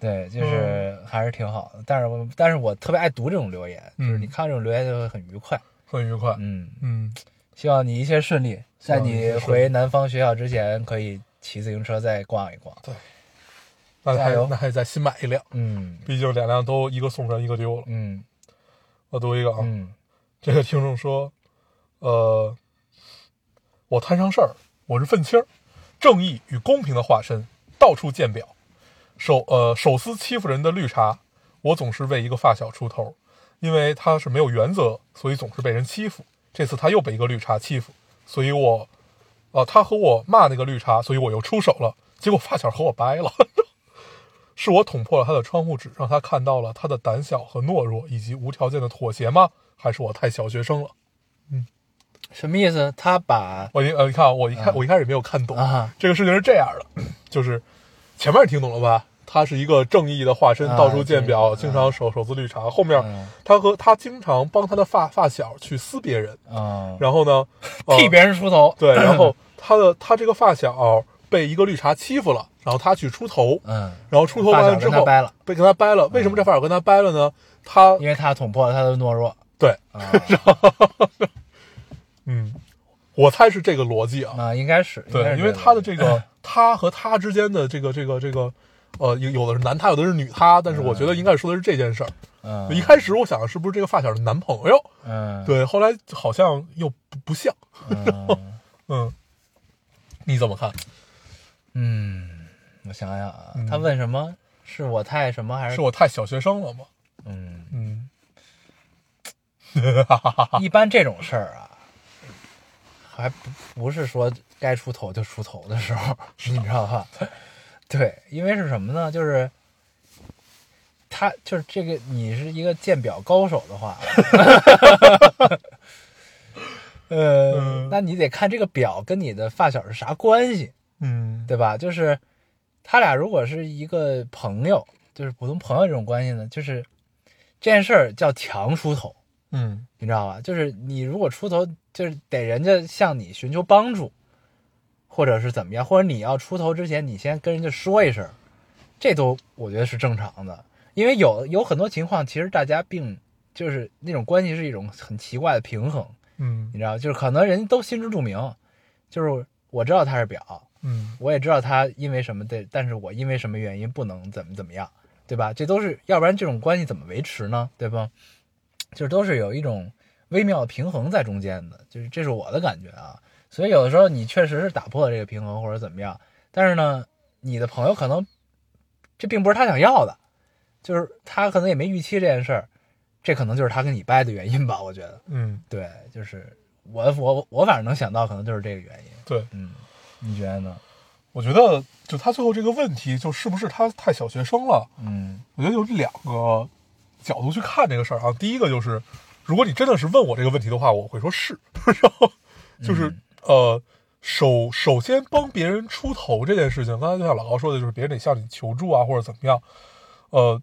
Speaker 1: 对，就是还是挺好的。但是我但是我特别爱读这种留言，
Speaker 2: 嗯
Speaker 1: 就是你看到这种留言就会很愉快。
Speaker 2: 很愉快。
Speaker 1: 嗯，
Speaker 2: 嗯，
Speaker 1: 希望你一切顺利，在
Speaker 2: 望你一切顺
Speaker 1: 你
Speaker 2: 利
Speaker 1: 回南方学校之前可以骑自行车再逛一逛。
Speaker 2: 那
Speaker 1: 加
Speaker 2: 还
Speaker 1: 油
Speaker 2: 那还得再新买一辆，
Speaker 1: 嗯
Speaker 2: 毕竟两辆都一个送人一个丢了。
Speaker 1: 嗯
Speaker 2: 我读一个啊，
Speaker 1: 嗯，
Speaker 2: 这个听众说，呃，我摊上事儿，我是愤青儿，正义与公平的化身，到处见表，手呃手撕欺负人的绿茶，我总是为一个发小出头，因为他是没有原则，所以总是被人欺负。这次他又被一个绿茶欺负，所以我，呃，他和我骂那个绿茶，所以我又出手了，结果发小和我掰了。 是我捅破了他的窗户纸，让他看到了他的胆小和懦弱，以及无条件的妥协吗？还是我太小学生了？
Speaker 1: 什么意思？他把
Speaker 2: 我一呃，你看啊我一开、
Speaker 1: 嗯
Speaker 2: 我一开始也没有看懂
Speaker 1: 啊
Speaker 2: 这个事情是这样的，就是前面你听懂了吧？他是一个正义的化身，
Speaker 1: 啊
Speaker 2: 到处见表，
Speaker 1: 对
Speaker 2: 经常手手撕绿茶。后面、
Speaker 1: 嗯
Speaker 2: 他和他经常帮他的发发小去撕别人，
Speaker 1: 嗯
Speaker 2: 然后 呢，呃
Speaker 1: 替别人出头。
Speaker 2: 对，然后他的他这个发小被一个绿茶欺负了，然后他去出头，
Speaker 1: 嗯，
Speaker 2: 然后出头完了之
Speaker 1: 发小跟他
Speaker 2: 后
Speaker 1: 掰了，嗯
Speaker 2: 被跟他掰了。为什么这发小跟他掰了呢？他
Speaker 1: 因为他捅破了他的懦弱。
Speaker 2: 对，
Speaker 1: 啊
Speaker 2: 嗯，我猜是这个逻辑啊。
Speaker 1: 啊，应该是应该
Speaker 2: 对，
Speaker 1: 是
Speaker 2: 因为
Speaker 1: 个
Speaker 2: 他的这个他和他之间的这个这个这个，呃，有有的是男他，有的是女他，但是我觉得应该说的是这件事儿。
Speaker 1: 嗯
Speaker 2: 一开始我想是不是这个发小的男朋友，
Speaker 1: 嗯
Speaker 2: 对，后来好像又不不像，
Speaker 1: 嗯
Speaker 2: 嗯，你怎么看？
Speaker 1: 嗯，我想想啊，
Speaker 2: 嗯
Speaker 1: 他问什么？是我太什么还是
Speaker 2: 是我太小学生了吗？哎
Speaker 1: 嗯，
Speaker 2: 嗯，
Speaker 1: 一般这种事儿啊， 还不不是说该出头就出头的时候，
Speaker 2: 啊
Speaker 1: 你知道吧？对，因为是什么呢？就是他就是这个，你是一个鉴表高手的话， 呃，
Speaker 2: 嗯
Speaker 1: 那你得看这个表跟你的发小是啥关系。
Speaker 2: 嗯，
Speaker 1: 对吧？就是他俩如果是一个朋友，就是普通朋友这种关系呢，就是这件事儿叫强出头，
Speaker 2: 嗯，
Speaker 1: 你知道吧？就是你如果出头，就是得人家向你寻求帮助，或者是怎么样，或者你要出头之前，你先跟人家说一声，这都我觉得是正常的，因为有有很多情况，其实大家并就是那种关系是一种很奇怪的平衡，
Speaker 2: 嗯，
Speaker 1: 你知道，就是可能人都心知肚明，就是我知道他是表，
Speaker 2: 嗯，
Speaker 1: 我也知道他因为什么的，但是我因为什么原因不能怎么怎么样，对吧？这都是，要不然这种关系怎么维持呢？对吧？就是都是有一种微妙的平衡在中间的，就是这是我的感觉啊。所以有的时候你确实是打破了这个平衡或者怎么样，但是呢，你的朋友可能这并不是他想要的，就是他可能也没预期这件事儿，这可能就是他跟你掰的原因吧，我觉得。
Speaker 2: 嗯，
Speaker 1: 对，就是我我我反正能想到，可能就是这个原因。
Speaker 2: 对，
Speaker 1: 嗯，你觉得呢？
Speaker 2: 我觉得就他最后这个问题，就是不是他太小学生了？
Speaker 1: 嗯。
Speaker 2: 我觉得有两个角度去看这个事儿啊。第一个就是，如果你真的是问我这个问题的话，我会说是， 然后就是、呃，首首先帮别人出头这件事情，刚才就像老高说的，就是别人得向你求助啊，或者怎么样，呃，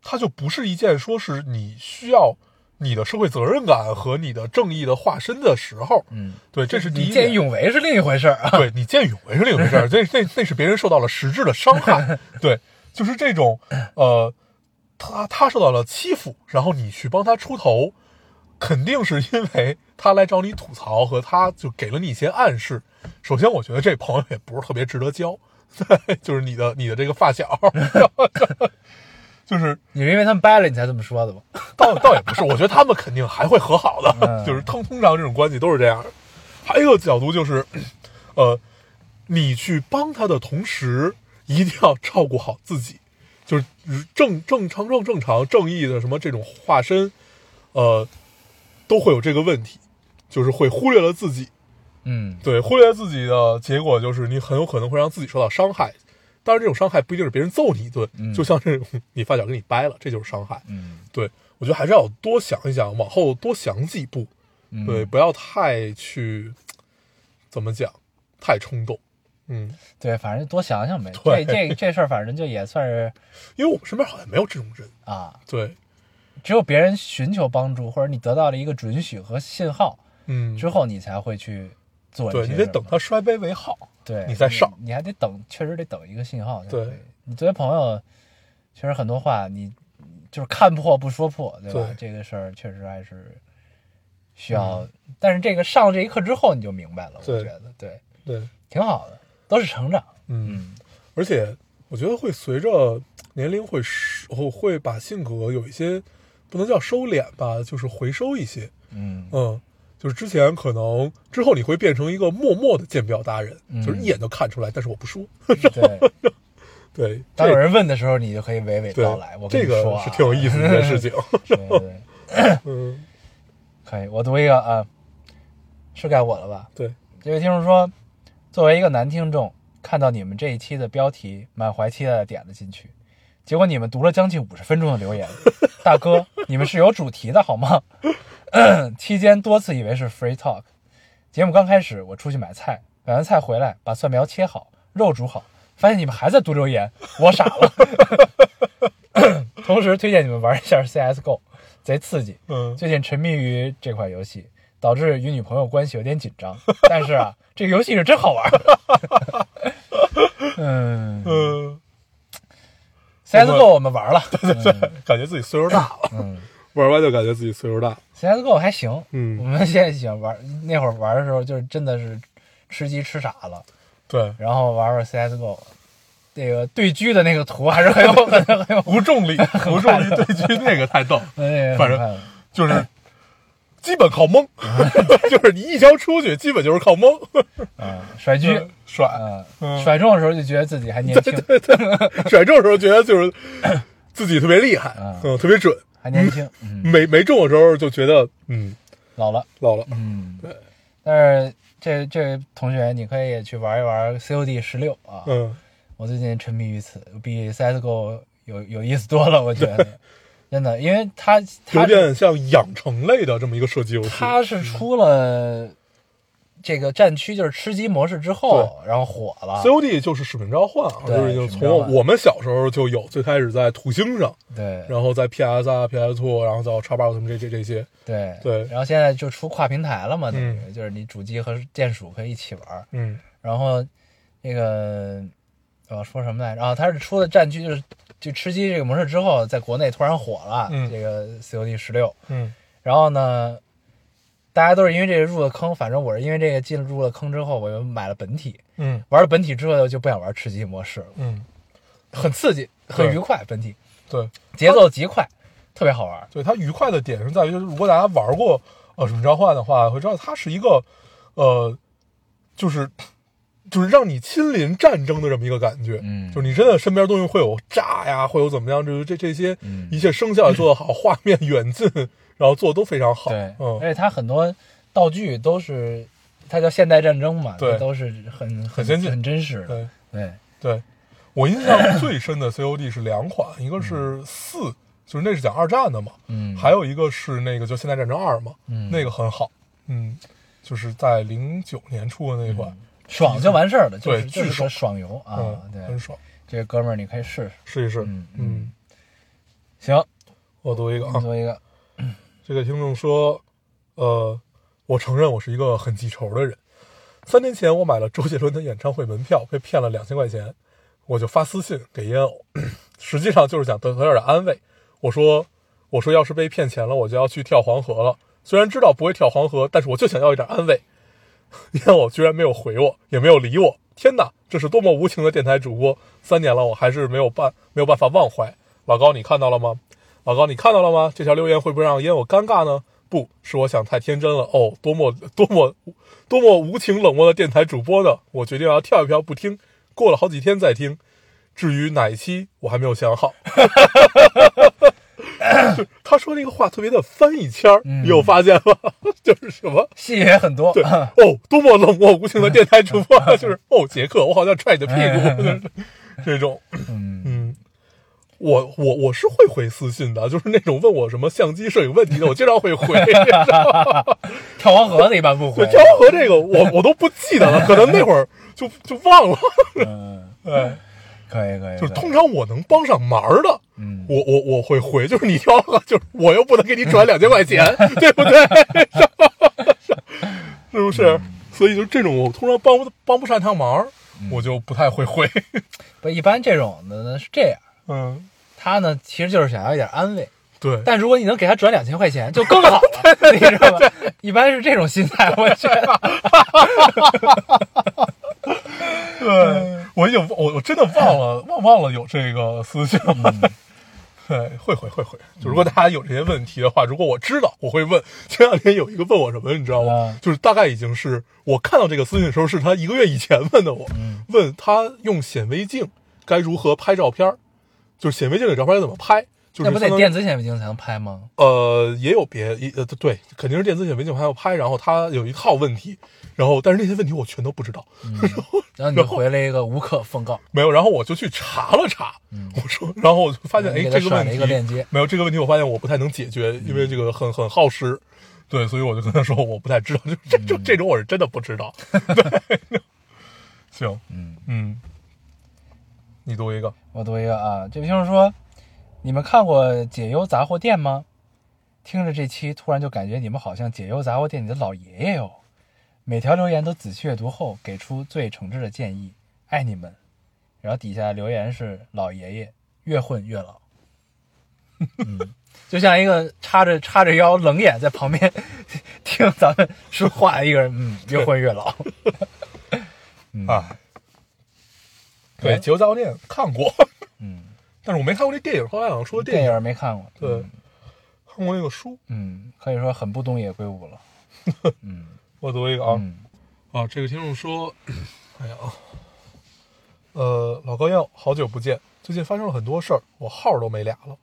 Speaker 2: 它就不是一件说是你需要你的社会责任感和你的正义的化身的时候。
Speaker 1: 嗯，
Speaker 2: 对，这是第一
Speaker 1: 你
Speaker 2: 点。
Speaker 1: 见义勇为是另一回事儿啊。
Speaker 2: 对你见义勇为是另一回事儿，这那那是别人受到了实质的伤害，对，就是这种，呃，他他受到了欺负，然后你去帮他出头，肯定是因为他来找你吐槽和他就给了你一些暗示。首先，我觉得这朋友也不是特别值得交， 对，就是你的你的这个发小， 就是
Speaker 1: 你是因为他们掰了你才这么说的吧？
Speaker 2: 倒倒也不是，我觉得他们肯定还会和好的，
Speaker 1: 嗯
Speaker 2: 就是通通常这种关系都是这样。还有一个角度就是，呃，你去帮他的同时，一定要照顾好自己，就是正正常正正常正义的什么这种化身，呃，都会有这个问题，就是会忽略了自己，
Speaker 1: 嗯
Speaker 2: 对，忽略自己的结果就是你很有可能会让自己受到伤害。当然，这种伤害不一定是别人揍你一顿，
Speaker 1: 嗯
Speaker 2: 就像是你发小跟你掰了，这就是伤害。
Speaker 1: 嗯
Speaker 2: 对我觉得还是要多想一想，往后多想几步，
Speaker 1: 嗯
Speaker 2: 对，不要太去怎么讲，太冲动。嗯，
Speaker 1: 对，反正多想想呗。
Speaker 2: 对
Speaker 1: 这这这事儿，反正就也算是
Speaker 2: 因为我们身边好像没有这种人。
Speaker 1: 啊，
Speaker 2: 对，
Speaker 1: 只有别人寻求帮助，或者你得到了一个准许和信号
Speaker 2: 嗯，
Speaker 1: 之后，你才会去做这
Speaker 2: 对
Speaker 1: 些事
Speaker 2: 你
Speaker 1: 儿
Speaker 2: 得
Speaker 1: 嘛。
Speaker 2: 等他摔杯为号。
Speaker 1: 对，
Speaker 2: 你再上
Speaker 1: 你，你还得等，确实得等一个信号才
Speaker 2: 对
Speaker 1: 可以。你作为朋友，确实很多话你就是看破不说破，对吧？
Speaker 2: 对嗯
Speaker 1: 这个事儿确实还是需要，但是这个上了这一课之后，你就明白了，我
Speaker 2: 对
Speaker 1: 觉得对，
Speaker 2: 对，
Speaker 1: 挺好的，都是成长。
Speaker 2: 嗯，
Speaker 1: 嗯，
Speaker 2: 而且我觉得会随着年龄会收会把性格有一些不能叫收敛吧，就是回收一些。
Speaker 1: 嗯，
Speaker 2: 嗯，就是之前可能之后你会变成一个默默的鉴表达人，
Speaker 1: 嗯
Speaker 2: 就是一眼就看出来，但是我不说。
Speaker 1: 对。
Speaker 2: 对，
Speaker 1: 当
Speaker 2: 这
Speaker 1: 有人问的时候，你就可以娓娓
Speaker 2: 对
Speaker 1: 道来。我跟
Speaker 2: 这
Speaker 1: 你说、
Speaker 2: 个
Speaker 1: 啊，
Speaker 2: 是挺有意思的一件 事情。
Speaker 1: 对对对，
Speaker 2: 嗯，
Speaker 1: 可以。我读一个啊，是该我了吧？
Speaker 2: 对，
Speaker 1: 这位听众说，作为一个男听众，看到你们这一期的标题，满怀期待的点了进去，结果你们读了将近五十分钟的留言，大哥，你们是有主题的好吗？ 期间多次以为是 free talk。节目刚开始，我出去买菜，买完菜回来，把蒜苗切好，肉煮好，发现你们还在读留言，我傻了。 同时推荐你们玩一下 CSGO，贼刺激。
Speaker 2: 嗯，
Speaker 1: 最近沉迷于这款游戏，导致与女朋友关系有点紧张。但是啊，这个游戏是真好玩。嗯
Speaker 2: 嗯，
Speaker 1: ，CSGO 我们玩了，嗯
Speaker 2: 感觉自己岁数大了，
Speaker 1: 嗯
Speaker 2: 玩完就感觉自己岁数大了。
Speaker 1: ，CSGO 还行。我
Speaker 2: 嗯，
Speaker 1: 们现在喜欢玩，那会儿玩的时候就是真的是吃鸡吃傻了，
Speaker 2: 对，
Speaker 1: 然后玩玩 CSGO，那个对狙的那个图还是很有 很有很有
Speaker 2: 无重 力，无重力对狙那个太逗，
Speaker 1: 那个
Speaker 2: 反正
Speaker 1: 很看的。
Speaker 2: 就是基本靠 蒙，就是你一枪出去，基本就是靠蒙，
Speaker 1: 嗯，甩狙，
Speaker 2: 呃甩
Speaker 1: 嗯，
Speaker 2: 嗯
Speaker 1: 甩中的时候就觉得自己还年轻，
Speaker 2: 甩中的时候觉得 就是自己特别厉害
Speaker 1: 啊，
Speaker 2: 嗯，特别准。
Speaker 1: 还年轻，嗯，
Speaker 2: 没没中的时候就觉得，嗯，
Speaker 1: 老了。
Speaker 2: 老了。
Speaker 1: 嗯
Speaker 2: 对，
Speaker 1: 但是这这位同学，你可以去玩一玩 COD 十六啊。
Speaker 2: 嗯，
Speaker 1: 我最近沉迷于此，比 CSGO 有有意思多了，我觉得。真的，因为它
Speaker 2: 有
Speaker 1: 它是
Speaker 2: 点像养成类的这么一个射击游戏。
Speaker 1: 它是出了这个战区就是吃鸡模式之后，然后火了。
Speaker 2: COD 就是使命召唤啊，
Speaker 1: 啊对
Speaker 2: 就是已经
Speaker 1: 使
Speaker 2: 从
Speaker 1: 命召唤
Speaker 2: 我们小时候就有，最开始在土星上，
Speaker 1: 对
Speaker 2: 然后在 PS 啊、PS Two，然后到叉 box 什么这这这些，
Speaker 1: 对
Speaker 2: 对
Speaker 1: 然后现在就出跨平台了嘛，等于就是你主机和键鼠可以一起玩。
Speaker 2: 嗯
Speaker 1: 然后那个我要说什么来着？啊，它是出的战区就是就吃鸡这个模式之后，在国内突然火了，
Speaker 2: 嗯
Speaker 1: 这个 COD 十六。
Speaker 2: 嗯
Speaker 1: 然后呢，大家都是因为这个入了坑，反正我是因为这个进入了坑之后，我又买了本体，
Speaker 2: 嗯
Speaker 1: 玩了本体之后就不想玩吃鸡模式了，
Speaker 2: 嗯，
Speaker 1: 很刺激，很
Speaker 2: 对
Speaker 1: 愉快，本体
Speaker 2: 对，
Speaker 1: 节奏极快，特别好玩。
Speaker 2: 对，它愉快的点是在于，就是如果大家玩过呃使命召唤的话，会知道它是一个呃，就是就是让你亲临战争的这么一个感觉，
Speaker 1: 嗯
Speaker 2: 就是你真的身边东西会有炸呀，会有怎么样，就是这这些
Speaker 1: 嗯
Speaker 2: 一切声效也做得好，画面远近然后做的都非常好，
Speaker 1: 对，哎而
Speaker 2: 嗯，
Speaker 1: 且它很多道具都是。它叫现代战争嘛，
Speaker 2: 对
Speaker 1: 这都是很很
Speaker 2: 先进
Speaker 1: 很真实的。
Speaker 2: 对
Speaker 1: 对，
Speaker 2: 对，我印象最深的 COD 是两款，一个是四，就是那是讲二战的嘛，
Speaker 1: 嗯，
Speaker 2: 还有一个是那个就《现代战争二》嘛，
Speaker 1: 嗯
Speaker 2: 那个很好，嗯，就是在零九年出的那款，
Speaker 1: 爽就完事儿了，就是
Speaker 2: 对
Speaker 1: 就
Speaker 2: 巨
Speaker 1: 是个
Speaker 2: 爽
Speaker 1: 爽游啊
Speaker 2: 嗯，，
Speaker 1: 对
Speaker 2: 很，爽，
Speaker 1: 这哥们儿你可以试试。
Speaker 2: 试一试，
Speaker 1: 嗯
Speaker 2: 嗯，
Speaker 1: 行，
Speaker 2: 我读一个
Speaker 1: 你
Speaker 2: 啊，
Speaker 1: 做一个，
Speaker 2: 这个听众说，呃，我承认我是一个很记仇的人，三年前我买了周杰伦的演唱会门票，被骗了两千块钱，我就发私信给烟偶，实际上就是想得到点安慰，我说，我说要是被骗钱了，我就要去跳黄河了，虽然知道不会跳黄河，但是我就想要一点安慰，烟偶居然没有回我，也没有理我。天哪，这是多么无情的电台主播！三年了，我还是没有办没有办法忘怀。老高，你看到了吗？老高，你看到了吗？这条留言会不会让烟偶尴尬呢？不是，我想太天真了。哦，多么多么多么无情冷漠的电台主播呢！我决定要跳一跳不听，过了好几天再听。至于哪一期，我还没有想好。 就是他说那个话特别的翻一圈儿，你有发现吗？ 就是什么
Speaker 1: 戏也很多，
Speaker 2: 对，哦，多么冷漠无情的电台主播，啊
Speaker 1: 哎
Speaker 2: 就是哦，杰克，我好像踹你的屁股，就是这种，
Speaker 1: 嗯，
Speaker 2: 嗯，我我我是会回私信的，就是那种问我什么相机摄影问题的，我经常会回。
Speaker 1: 跳黄河的一般不回
Speaker 2: 对，。跳河这个我我都不记得了，可能那会儿就就忘了。 哎
Speaker 1: 嗯，
Speaker 2: 对，
Speaker 1: 可以可以，
Speaker 2: 就是
Speaker 1: 可以
Speaker 2: 通常我能帮上忙的，
Speaker 1: 哎嗯，
Speaker 2: 我我我会回。就是你跳河， 就是我又不能给你转两千块钱，对不对？ 是不是？所以就这种我通常帮不帮不上趟忙，我就不太会回。
Speaker 1: 不一般这种的呢是这样，
Speaker 2: 嗯，
Speaker 1: 他呢其实就是想要一点安慰，
Speaker 2: 对。
Speaker 1: 但如果你能给他转两千块钱就更 好了，你知道吧？一般是这种心态，我觉 得。
Speaker 2: 对，我已经我我真的忘了忘忘了有这个私信了。
Speaker 1: 嗯
Speaker 2: 对，会会会会。就如果大家有这些问题的话，如果我知道，我会问。前两天有一个问我什么，你知道吗
Speaker 1: 嗯？
Speaker 2: 就是大概已经是我看到这个私信的时候，是他一个月以前问的我，
Speaker 1: 嗯
Speaker 2: 问他用显微镜该如何拍照片儿，就是显微镜里照片该怎么拍，就
Speaker 1: 那
Speaker 2: 是
Speaker 1: 不得
Speaker 2: 相当于
Speaker 1: 电子显微镜才能拍吗？
Speaker 2: 呃，也有别一呃对，肯定是电子显微镜还要拍，然后他有一套问题，然后但是那些问题我全都不知道。
Speaker 1: 然后你就回了一个无可奉告，
Speaker 2: 没有，然后我就去查了查，我说，然后我就发现，
Speaker 1: 嗯你
Speaker 2: 哎，
Speaker 1: 给他
Speaker 2: 这个
Speaker 1: 甩
Speaker 2: 问
Speaker 1: 了
Speaker 2: 题
Speaker 1: 一个链接嗯
Speaker 2: 没有这个问题，我发现我不太能解决，因为这个很很耗时，对，所以我就跟他说我不太知道，就这
Speaker 1: 嗯
Speaker 2: 就这种我是真的不知 道，对， 行，
Speaker 1: 嗯
Speaker 2: 嗯，你读一个，
Speaker 1: 我读一个啊，这位听众说：“你们看过《解忧杂货店》吗？听着这期，突然就感觉你们好像《解忧杂货店》里的老爷爷哟。每条留言都仔细阅读后，给出最诚挚的建议，爱你们。”然后底下留言是：“老爷爷越混越老。”嗯， 就像一个叉着叉着腰冷眼在旁边 听咱们说话的一个人，嗯，越混越老。嗯哎
Speaker 2: 啊，对，《解忧杂货店》看过，
Speaker 1: 嗯，
Speaker 2: 但是我没看过这电影，后来好像说
Speaker 1: 电
Speaker 2: 影，
Speaker 1: 影没看过，
Speaker 2: 对，看过那个书，
Speaker 1: 嗯，可以说很不东野圭吾了。嗯
Speaker 2: 我读一个啊，
Speaker 1: 嗯
Speaker 2: 啊，这个听众说，哎呀，呃，老高要好久不见，最近发生了很多事儿，我号儿都没俩了。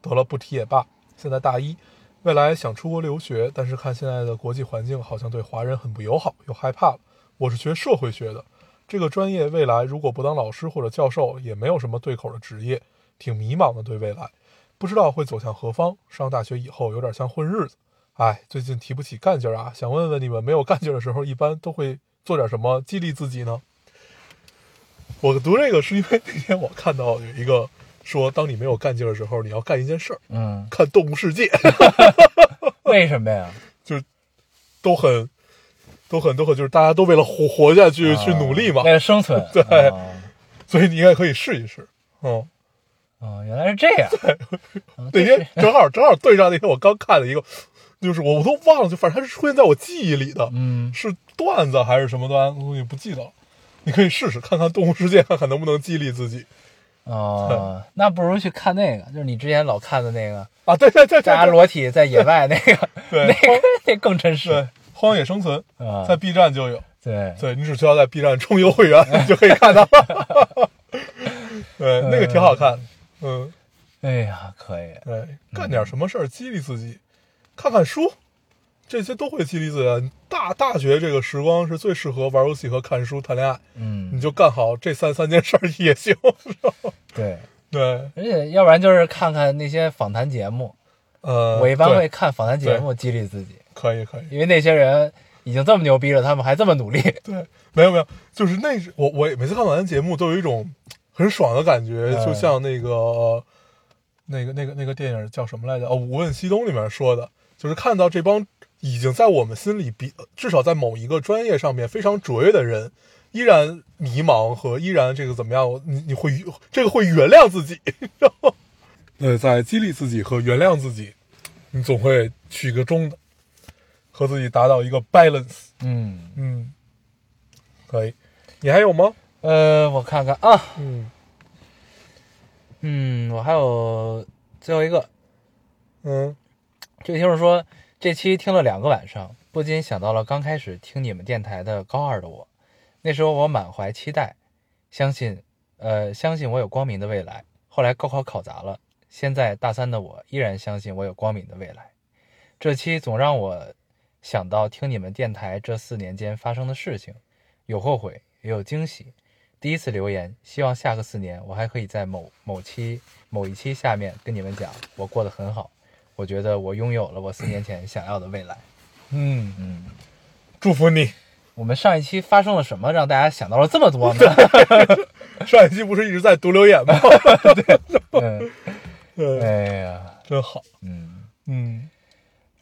Speaker 2: 得了，不提也罢。现在大一，未来想出国留学，但是看现在的国际环境，好像对华人很不友好，又害怕了。我是学社会学的，这个专业未来如果不当老师或者教授，也没有什么对口的职业，挺迷茫的。对未来，不知道会走向何方。上大学以后，有点像混日子。哎，最近提不起干劲儿啊，想问问你们，没有干劲儿的时候，一般都会做点什么激励自己呢？我读这个是因为那天我看到有一个说，当你没有干劲儿的时候，你要干一件事儿，
Speaker 1: 嗯，
Speaker 2: 看《动物世界》
Speaker 1: 为什么呀？
Speaker 2: 都很、都很、都很，就是大家都为了活活下去去努力嘛
Speaker 1: 啊，为了生存。
Speaker 2: 对
Speaker 1: 啊
Speaker 2: 所以你应该可以试一试。嗯，
Speaker 1: 哦，原来是这样。啊
Speaker 2: 那
Speaker 1: 这是
Speaker 2: 天正好正好对上那天我刚看的一个，就是我我都忘了，就反正它是出现在我记忆里的，
Speaker 1: 嗯，
Speaker 2: 是段子还是什么段东西不记得了。你可以试试看看《动物世界》，看看能不能激励自己
Speaker 1: 哦，那不如去看那个，就是你之前老看的那个，
Speaker 2: 啊！对对对对，
Speaker 1: 大家
Speaker 2: 对
Speaker 1: 裸体在野外那个，
Speaker 2: 对
Speaker 1: 那个那更真实
Speaker 2: 对《荒野生存》
Speaker 1: 啊。
Speaker 2: 在 B 站就有，
Speaker 1: 对，
Speaker 2: 对你只需要在 B 站充一个会员，你就可以看到。 对，那个挺好看。嗯，
Speaker 1: 哎呀，可以。
Speaker 2: 对，哎
Speaker 1: 嗯
Speaker 2: 干点什么事儿激励自己，看看书，这些都会激励自己的。大大学这个时光是最适合玩游戏和看书、谈恋爱，你
Speaker 1: 嗯，
Speaker 2: 就干好这三三件事儿也行。
Speaker 1: 对，
Speaker 2: 对，
Speaker 1: 而且要不然就是看看那些访谈节目，
Speaker 2: 呃，
Speaker 1: 我一般
Speaker 2: 对
Speaker 1: 会看访谈节目激励自己，
Speaker 2: 可以可以。
Speaker 1: 因为那些人已经这么牛逼了，他们还这么努力。
Speaker 2: 对，没有没有，就是那是我我每次看晚安节目都有一种很爽的感觉，
Speaker 1: 嗯
Speaker 2: 就像那个那个那个那个电影叫什么来着？哦，《无问西东》里面说的，就是看到这帮已经在我们心里比至少在某一个专业上面非常卓越的人，依然迷茫和依然这个怎么样？你你会这个会原谅自己， 然后对，在激励自己和原谅自己，你总会取一个中的，和自己达到一个 balance。
Speaker 1: 嗯。
Speaker 2: 嗯，可以。你还有吗？
Speaker 1: 呃，我看看啊，
Speaker 2: 嗯
Speaker 1: 嗯，我还有最后一个，
Speaker 2: 嗯，
Speaker 1: 这个听众说，这期听了两个晚上，不禁想到了刚开始听你们电台的高二的我，那时候我满怀期待，相信，呃，相信我有光明的未来。后来高考考砸了，现在大三的我依然相信我有光明的未来。这期总让我想到听你们电台这四年间发生的事情，有后悔，也有惊喜，第一次留言，希望下个四年我还可以在某某期某一期下面跟你们讲，我过得很好，我觉得我拥有了我四年前想要的未来。
Speaker 2: 嗯，
Speaker 1: 嗯，
Speaker 2: 祝福你。
Speaker 1: 我们上一期发生了什么，让大家想到了这么 多呢？
Speaker 2: 上一期不是一直在读留言 吗？
Speaker 1: 嗯，
Speaker 2: 对，
Speaker 1: 哎呀，
Speaker 2: 真好。
Speaker 1: 嗯，
Speaker 2: 嗯，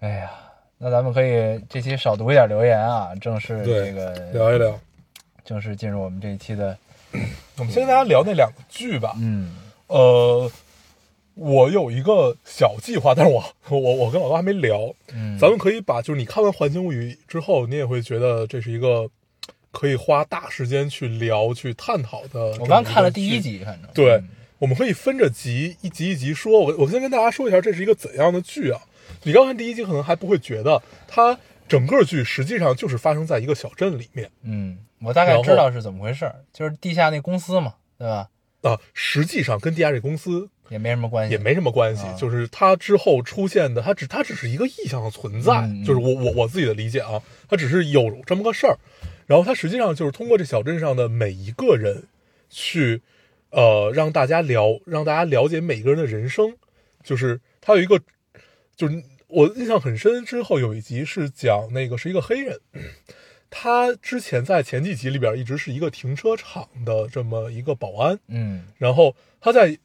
Speaker 1: 哎呀，那咱们可以这期少读一点留言啊，正式
Speaker 2: 对
Speaker 1: 这个，
Speaker 2: 聊一聊。
Speaker 1: 正式进入我们这一期的，
Speaker 2: 我们先跟大家聊那两个剧吧。
Speaker 1: 嗯
Speaker 2: 呃，我有一个小计划，但是我 我我跟老高还没聊。
Speaker 1: 嗯，
Speaker 2: 咱们可以把就是你看完《环形物语》之后，你也会觉得这是一个可以花大时间去聊、去探讨的。
Speaker 1: 我刚看了第一，集，反正
Speaker 2: 嗯对
Speaker 1: 嗯，
Speaker 2: 我们可以分着集，一集一集说。我我先跟大家说一下，这是一个怎样的剧啊？你刚看第一集可能还不会觉得，它整个剧实际上就是发生在一个小镇里面
Speaker 1: 嗯，我大概
Speaker 2: 然后
Speaker 1: 知道是怎么回事儿，就是地下那公司嘛，对吧？
Speaker 2: 啊、实际上跟地下这公司
Speaker 1: 也没什么关系，
Speaker 2: 也没什么关系
Speaker 1: 啊，
Speaker 2: 就是它之后出现的，它只它只是一个意象的存在
Speaker 1: 嗯嗯，
Speaker 2: 就是我我我自己的理解啊，它只是有这么个事儿，然后它实际上就是通过这小镇上的每一个人去，呃，让大家了让大家了解每一个人的人生，就是它有一个，就是我印象很深，之后有一集是讲那个是一个黑人，他之前在前几集里边一直是一个停车场的这么一个保安，
Speaker 1: 嗯
Speaker 2: 然后他在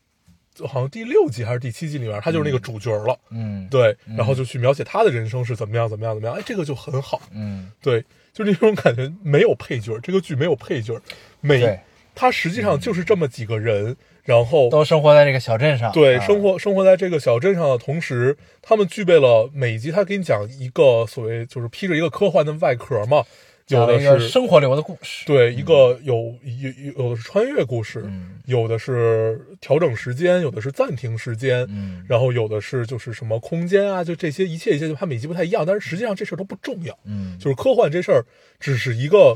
Speaker 2: 好像第六集还是第七集里面，他就是那个主角了，
Speaker 1: 嗯，，
Speaker 2: 对，
Speaker 1: 嗯
Speaker 2: 然后就去描写他的人生是怎么样怎么样怎么样，哎，这个就很好，
Speaker 1: 嗯
Speaker 2: 对，就是那种感觉没有配角，这个剧没有配角，每
Speaker 1: 对，嗯
Speaker 2: 他实际上就是这么几个人，然后
Speaker 1: 都生活在这个小镇上，
Speaker 2: 对，
Speaker 1: 啊
Speaker 2: 生活生活在这个小镇上的同时，他们具备了每一集他给你讲一个所谓就是披着一个科幻的外壳嘛，有
Speaker 1: 讲了
Speaker 2: 的
Speaker 1: 一个
Speaker 2: 是
Speaker 1: 生活流的故事，
Speaker 2: 对，一个有有有的是穿越故事，
Speaker 1: 嗯
Speaker 2: 有的是调整时间，有的是暂停时间，
Speaker 1: 嗯
Speaker 2: 然后有的是就是什么空间啊，就这些一切一切，就它每集不太一样，但是实际上这事儿都不重要，
Speaker 1: 嗯，
Speaker 2: 就是科幻这事儿只是一个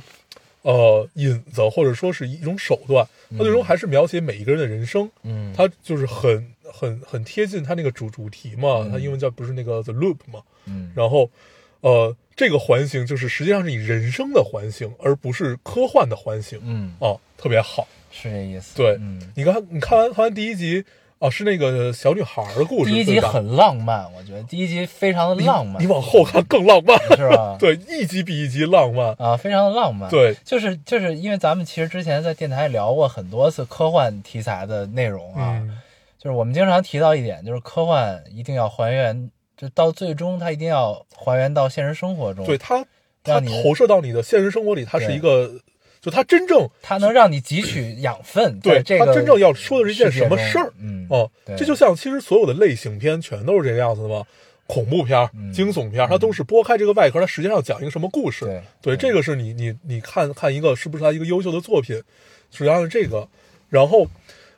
Speaker 2: 呃引子，或者说是一种手段，它最终还是描写每一个人的人生，
Speaker 1: 嗯
Speaker 2: 它就是很很很贴近它那个主主题嘛，它英文叫不是那个 the loop 嘛，
Speaker 1: 嗯
Speaker 2: 然后，呃，这个环形就是实际上是你人生的环形，而不是科幻的环形
Speaker 1: 嗯
Speaker 2: 啊，特别好。
Speaker 1: 是这意思，
Speaker 2: 对
Speaker 1: 嗯，
Speaker 2: 你看，你看完看完第一集啊，是那个小女孩的故事，
Speaker 1: 第一集
Speaker 2: 对吧
Speaker 1: 很浪漫，我觉得第一集非常的浪漫，
Speaker 2: 你往后看更浪漫，
Speaker 1: 是吧
Speaker 2: 对，一集比一集浪漫。
Speaker 1: 啊，非常的浪漫，
Speaker 2: 对
Speaker 1: 就是就是因为咱们其实之前在电台聊过很多次科幻题材的内容啊，
Speaker 2: 嗯，
Speaker 1: 就是我们经常提到一点，就是科幻一定要还原，就到最终它一定要还原到现实生活中，
Speaker 2: 对，它，它
Speaker 1: 嗯让你
Speaker 2: 投射到你的现实生活里，它是
Speaker 1: 对
Speaker 2: 一个，就它真正
Speaker 1: 它能让你汲取养分。
Speaker 2: 对
Speaker 1: 在这个
Speaker 2: 它真正要说的是一件
Speaker 1: 世界中
Speaker 2: 什么事儿
Speaker 1: 嗯，
Speaker 2: 哦
Speaker 1: 对，
Speaker 2: 这就像其实所有的类型片全都是这个样子的嘛，恐怖片儿、
Speaker 1: 嗯
Speaker 2: 惊悚片儿，它都是拨开这个外壳，它实际上要讲一个什么故事。
Speaker 1: 对
Speaker 2: 对，这个是你你你看看一个是不是他一个优秀的作品，主要是这个，然后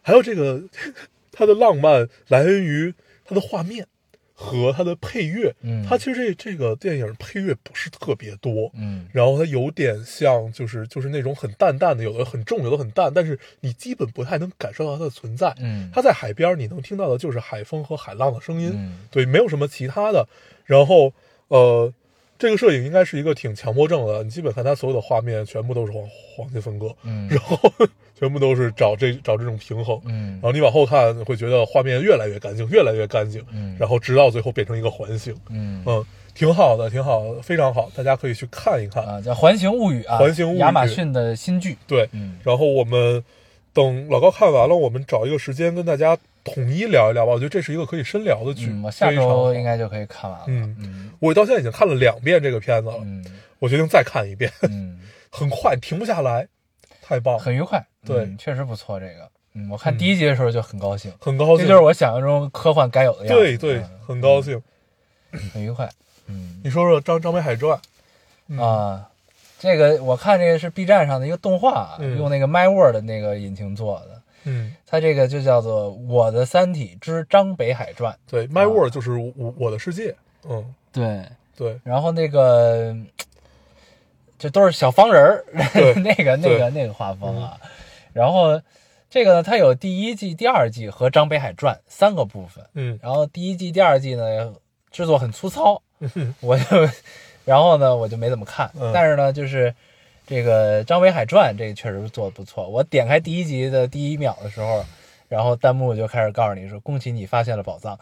Speaker 2: 还有这个 它的浪漫来源于它的画面和它的配乐，
Speaker 1: 嗯
Speaker 2: 它其实这这个电影配乐不是特别多，
Speaker 1: 嗯
Speaker 2: 然后它有点像，就是就是那种很淡淡的，有的很重，有的很淡，但是你基本不太能感受到它的存在。
Speaker 1: 嗯
Speaker 2: 它在海边儿你能听到的就是海风和海浪的声音，
Speaker 1: 嗯
Speaker 2: 对，没有什么其他的。然后呃，这个摄影应该是一个挺强迫症的，你基本看它所有的画面全部都是黄黄金分割，
Speaker 1: 嗯
Speaker 2: 然后全部都是找这找这种平衡。
Speaker 1: 嗯
Speaker 2: 然后你往后看，会觉得画面越来越干净，越来越干净，
Speaker 1: 嗯
Speaker 2: 然后直到最后变成一个环形，
Speaker 1: 嗯
Speaker 2: 嗯，挺好的，挺好的，非常好，大家可以去看一看。
Speaker 1: 啊，叫《环形物语》啊，
Speaker 2: 环形物语
Speaker 1: 亚马逊的新剧，
Speaker 2: 对，
Speaker 1: 嗯
Speaker 2: 然后我们等老高看完了，我们找一个时间跟大家统一聊一聊吧。我觉得这是一个可以深聊的剧，
Speaker 1: 嗯，我下
Speaker 2: 非常好
Speaker 1: 周应该就可以看完了，
Speaker 2: 嗯
Speaker 1: 嗯
Speaker 2: 我到现在已经看了两遍这个片子了，
Speaker 1: 嗯
Speaker 2: 我决定再看一遍，
Speaker 1: 嗯，
Speaker 2: 很快停不下来，太棒，了，
Speaker 1: 很愉快，
Speaker 2: 对
Speaker 1: 嗯确实不错，这个，嗯，我看
Speaker 2: 嗯
Speaker 1: 第一集的时候就很高兴，
Speaker 2: 很高
Speaker 1: 这
Speaker 2: 兴，
Speaker 1: 就是我想象中科幻该有的样子，
Speaker 2: 对对，
Speaker 1: 嗯
Speaker 2: 很高兴。
Speaker 1: 很愉快，嗯
Speaker 2: 你说说张张北海传，嗯
Speaker 1: 啊，这个我看这个是 B 站上的一个动画啊，
Speaker 2: 嗯
Speaker 1: 用那个 MyWord 的那个引擎做的，
Speaker 2: 嗯，
Speaker 1: 它这个就叫做《我的三体之张北海传》。
Speaker 2: 对，My World 就是我我的世界，嗯，
Speaker 1: 对，
Speaker 2: 对，
Speaker 1: 然后那个这都是小方人儿，
Speaker 2: 对
Speaker 1: 那个那个那个画风啊。然后这个呢，它有第一季、第二季和张北海传三个部分。
Speaker 2: 嗯
Speaker 1: 然后第一季、第二季呢，制作很粗糙，我就，然后呢，我就没怎么看。
Speaker 2: 嗯
Speaker 1: 但是呢，就是这个《张北海传》这个确实做的不错。我点开第一集的第一秒的时候，然后弹幕就开始告诉你说：“恭喜你发现了 宝藏。”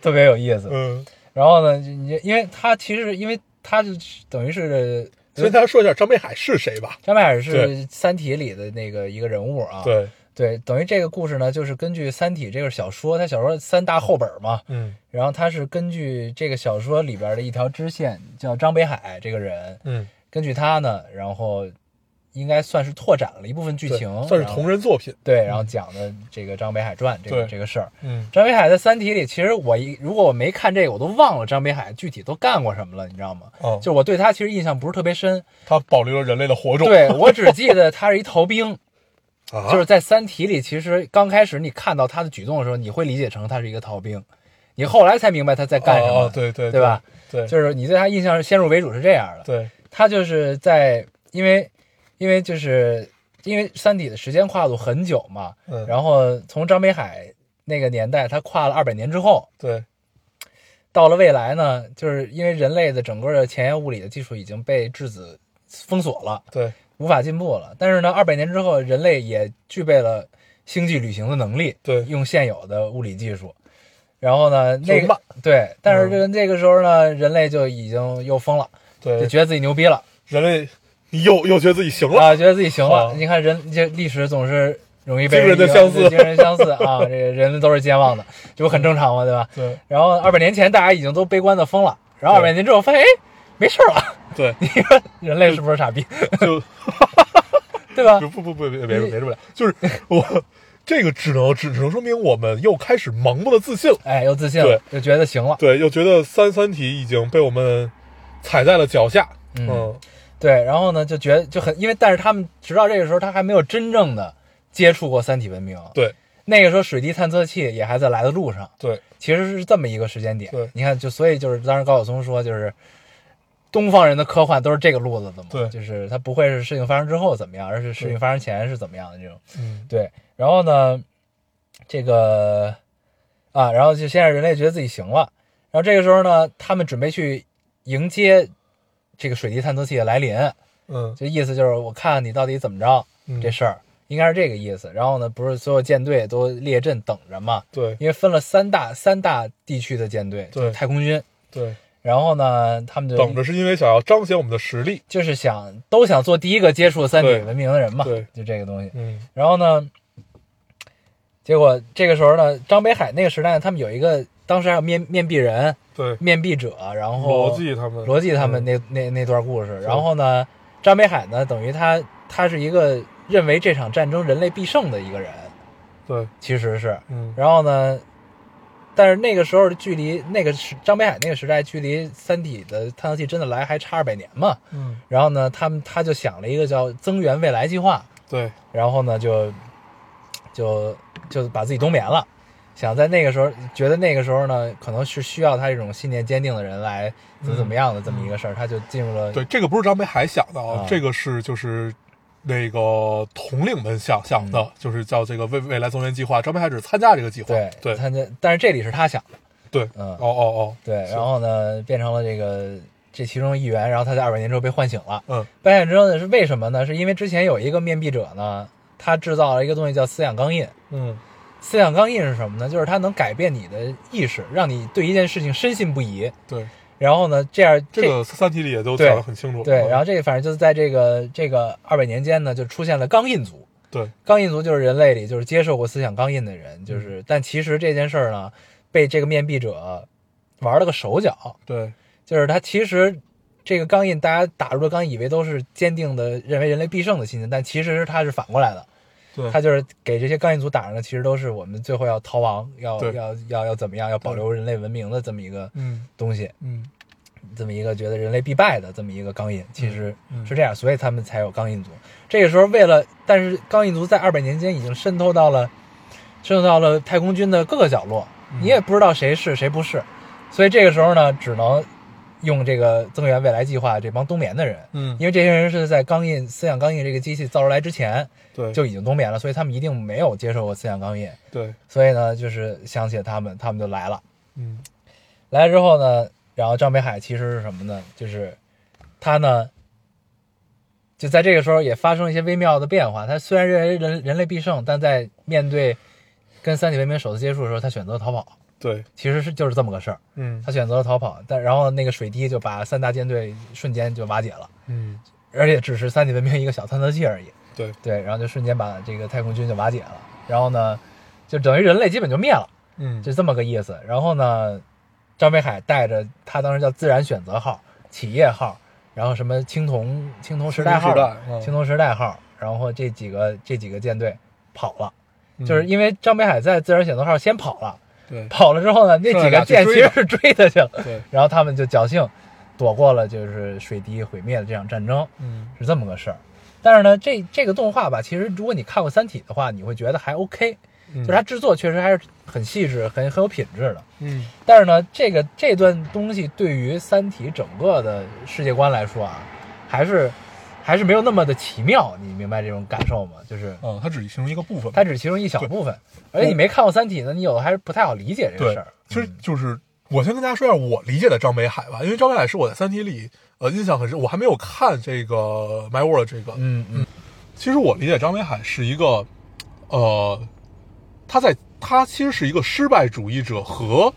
Speaker 1: 特别有意思。
Speaker 2: 嗯，
Speaker 1: 然后呢，你因为他其实因为他就等于是
Speaker 2: 先跟大家说一下张北海是谁吧。
Speaker 1: 张北海是
Speaker 2: 对
Speaker 1: 《三体》里的那个一个人物啊。
Speaker 2: 对，
Speaker 1: 对，等于这个故事呢，就是根据《三体》这个小说，它小说三大厚本嘛，
Speaker 2: 嗯
Speaker 1: 然后它是根据这个小说里边的一条支线，叫张北海这个人，
Speaker 2: 嗯，
Speaker 1: 根据他呢，然后应该算是拓展了一部分剧
Speaker 2: 对
Speaker 1: 情，
Speaker 2: 算是
Speaker 1: 然后
Speaker 2: 同人作品。
Speaker 1: 对，然后讲的这个张北海传这个
Speaker 2: 对
Speaker 1: 这个事儿。
Speaker 2: 嗯，
Speaker 1: 张北海在《三体》里，其实我一如果我没看这个，我都忘了张北海具体都干过什么了，你知道吗？
Speaker 2: 哦，
Speaker 1: 就我对他其实印象不是特别深，
Speaker 2: 他保留了人类的火种。
Speaker 1: 对我只记得他是一逃兵，
Speaker 2: 啊，
Speaker 1: 就是在《三体》里，其实刚开始你看到他的举动的时候，你会理解成他是一个逃兵，你后来才明白他在干什么，
Speaker 2: 哦对对
Speaker 1: 对吧？？
Speaker 2: 对，
Speaker 1: 就是你对他印象是先入为主是这样的，
Speaker 2: 对，
Speaker 1: 他就是在因为因为就是因为《三体》的时间跨度很久嘛，
Speaker 2: 嗯，后
Speaker 1: 然后从张北海那个年代，他跨了二百年之后，
Speaker 2: 对，
Speaker 1: 到了未来呢，就是因为人类的整个的前沿物理的技术已经被质子封锁了，
Speaker 2: 对，
Speaker 1: 无法进步了。但是呢，二百年之后，人类也具备了星际旅行的能力，
Speaker 2: 对
Speaker 1: 用现有的物理技术。然后呢，那
Speaker 2: 就慢嗯
Speaker 1: 个对，但是这个那个时候呢，人类就已经又疯了，就
Speaker 2: 对，
Speaker 1: 觉得自己牛逼了
Speaker 2: 人类，你又又觉得自己行了，
Speaker 1: 啊，觉得自己行了
Speaker 2: 啊。
Speaker 1: 你看人这历史总是容易被
Speaker 2: 惊人的
Speaker 1: 遗忘
Speaker 2: 相似
Speaker 1: 对惊人相似啊， 这个人都是健忘的，这不很正常吗？对吧？
Speaker 2: 对
Speaker 1: 然后二百年前大家已经都悲观的疯了，然后二
Speaker 2: 对
Speaker 1: 百年之后发现哎没事儿了，
Speaker 2: 对，
Speaker 1: 你说人类是不是傻逼？
Speaker 2: 就
Speaker 1: 对吧？
Speaker 2: 不不不不别别别这么聊，就是我这个只能只只能说明我们又开始盲目的自信了，
Speaker 1: 哎，又自信了，就觉得行了。
Speaker 2: 对，又觉得三三体已经被我们踩在了脚下，
Speaker 1: 嗯
Speaker 2: 嗯，
Speaker 1: 对，然后呢，就觉得就很，因为但是他们直到这个时候，他还没有真正的接触过三体文明。，
Speaker 2: 对
Speaker 1: 那个时候水滴探测器也还在来的路上，
Speaker 2: 对
Speaker 1: 其实是这么一个时间点。
Speaker 2: 对
Speaker 1: 你看，就所以就是当时高晓松说，就是东方人的科幻都是这个路子的嘛，
Speaker 2: 对
Speaker 1: 就是他不会是事情发生之后怎么样，而是事情发生前是怎么样的这种。
Speaker 2: 嗯
Speaker 1: 对，然后呢，这个啊，然后就现在人类觉得自己行了，然后这个时候呢，他们准备去迎接这个水滴探测器的来临，
Speaker 2: 嗯
Speaker 1: 就意思就是我看看你到底怎么着
Speaker 2: 嗯，
Speaker 1: 这事儿，应该是这个意思。然后呢，不是所有舰队都列阵等着嘛，
Speaker 2: 对
Speaker 1: 因为分了三大三大地区的舰队，就是
Speaker 2: 对
Speaker 1: 太空军。
Speaker 2: 对，
Speaker 1: 然后呢，他们就
Speaker 2: 等着是因为想要彰显我们的实力，
Speaker 1: 就是想都想做第一个接触三体
Speaker 2: 对
Speaker 1: 文明的人嘛，
Speaker 2: 对
Speaker 1: 就这个东西。
Speaker 2: 嗯
Speaker 1: 然后呢，结果这个时候呢，张北海那个时代，他们有一个当时还有面面壁人、
Speaker 2: 对，
Speaker 1: 面壁者，然后
Speaker 2: 逻辑他们
Speaker 1: 逻辑他们
Speaker 2: 嗯
Speaker 1: 那、那那段故事。然后呢，张北海呢，等于他他是一个认为这场战争人类必胜的一个人，
Speaker 2: 对，
Speaker 1: 其实是。
Speaker 2: 嗯
Speaker 1: 然后呢，但是那个时候的距离那个时张北海那个时代距离《三体》的探测器真的来还差二百年嘛。
Speaker 2: 嗯
Speaker 1: 然后呢，他们他就想了一个叫“增援未来计划”。
Speaker 2: 对
Speaker 1: 然后呢，就就就把自己冬眠了，想在那个时候，觉得那个时候呢，可能是需要他这种信念坚定的人来怎么怎么样的这么一个事儿，他就进入了
Speaker 2: 嗯对，这个不是张北海想的啊
Speaker 1: 啊，
Speaker 2: 这个是就是。那个统领们想想的，就是叫这个未未来增援计划。张北海只参加这个计划，
Speaker 1: 嗯
Speaker 2: 对
Speaker 1: 对他就但是这里是他想的，
Speaker 2: 对，
Speaker 1: 嗯
Speaker 2: 哦哦哦，
Speaker 1: 对，
Speaker 2: 是
Speaker 1: 然后呢，变成了这个这其中一员，然后他在二百年之后被唤醒了，
Speaker 2: 嗯
Speaker 1: 被唤醒之后呢是为什么呢？是因为之前有一个面壁者呢，他制造了一个东西叫思想钢印。
Speaker 2: 嗯，
Speaker 1: 思想钢印是什么呢？就是它能改变你的意识，让你对一件事情深信不疑。
Speaker 2: 对，
Speaker 1: 然后呢，这样
Speaker 2: 这个三体里也都
Speaker 1: 对
Speaker 2: 讲得很清楚嗯了。
Speaker 1: 对，然
Speaker 2: 后
Speaker 1: 后这个反正就是在这个这个二百年间呢，就出现了钢印族。
Speaker 2: 对
Speaker 1: 钢印族就是人类里就是接受过思想钢印的人，就是、
Speaker 2: 嗯
Speaker 1: 但其实这件事儿呢，被这个面壁者玩了个手脚，
Speaker 2: 对
Speaker 1: 就是他其实这个钢印大家打入的钢印以为都是坚定的认为人类必胜的信念，但其实他是反过来的，
Speaker 2: 对，
Speaker 1: 他就是给这些钢印族打上的其实都是我们最后要逃亡，要
Speaker 2: 对
Speaker 1: 要要要怎么样，要保留人类文明的这么一个
Speaker 2: 嗯
Speaker 1: 东西。
Speaker 2: 嗯
Speaker 1: 这么一个觉得人类必败的这么一个钢印，其实
Speaker 2: 嗯
Speaker 1: 是这样，所以他们才有钢印族。这个时候，为了但是钢印族在二百年间已经渗透到了渗透到了太空军的各个角落，
Speaker 2: 嗯
Speaker 1: 你也不知道谁是谁不是，所以这个时候呢，只能用这个增援未来计划这帮冬眠的人，
Speaker 2: 嗯，
Speaker 1: 因为这些人是在钢印思想钢印这个机器造出来之前
Speaker 2: 对
Speaker 1: 就已经冬眠了，所以他们一定没有接受过思想钢印，
Speaker 2: 对
Speaker 1: 所以呢，就是想起了他们，他们就来了。
Speaker 2: 嗯
Speaker 1: 来之后呢，然后张北海其实是什么呢？就是他呢，就在这个时候也发生了一些微妙的变化。他虽然认为人人类必胜，但在面对跟三体文明首次接触的时候，他选择逃跑，
Speaker 2: 对，
Speaker 1: 其实是就是这么个事儿。
Speaker 2: 嗯
Speaker 1: 他选择了逃跑，但然后那个水滴就把三大舰队瞬间就瓦解了，
Speaker 2: 嗯，
Speaker 1: 而且只是三体文明一个小探测器而已。
Speaker 2: 对，
Speaker 1: 对，然后就瞬间把这个太空军就瓦解了，然后呢，就等于人类基本就灭了，
Speaker 2: 嗯，
Speaker 1: 就这么个意思。然后呢，张北海带着他当时叫自然选择号、企业号，然后什么青铜青铜时代号
Speaker 2: 青铜时代、嗯
Speaker 1: 青铜时代号，然后这几个这几个舰队跑了，
Speaker 2: 嗯
Speaker 1: 就是因为张北海在自然选择号先跑了，
Speaker 2: 对
Speaker 1: 跑了之后呢，那几个舰其实是追他去了，
Speaker 2: 对，
Speaker 1: 然后他们就侥幸躲过了就是水滴毁灭的这场战争。
Speaker 2: 嗯
Speaker 1: 是这么个事儿。但是呢，这这个动画吧，其实如果你看过《三体》的话，你会觉得还 OK，
Speaker 2: 嗯，
Speaker 1: 就是它制作确实还是很细致、很很有品质的。
Speaker 2: 嗯
Speaker 1: 但是呢，这个这段东西对于《三体》整个的世界观来说啊，还是还是没有那么的奇妙。你明白这种感受吗？就是
Speaker 2: 啊，它只是其中一个部分，
Speaker 1: 它只是其中一小部分，而且你没看过《三体》呢，你有的还是不太好理解这个
Speaker 2: 对
Speaker 1: 事儿。，嗯
Speaker 2: 其实就是我先跟大家说一下我理解的张北海吧，因为张北海是我在《三体》里呃印象很深，我还没有看这个《My World》这个。
Speaker 1: 嗯嗯
Speaker 2: 其实我理解张北海是一个，呃，他在他其实是一个失败主义者和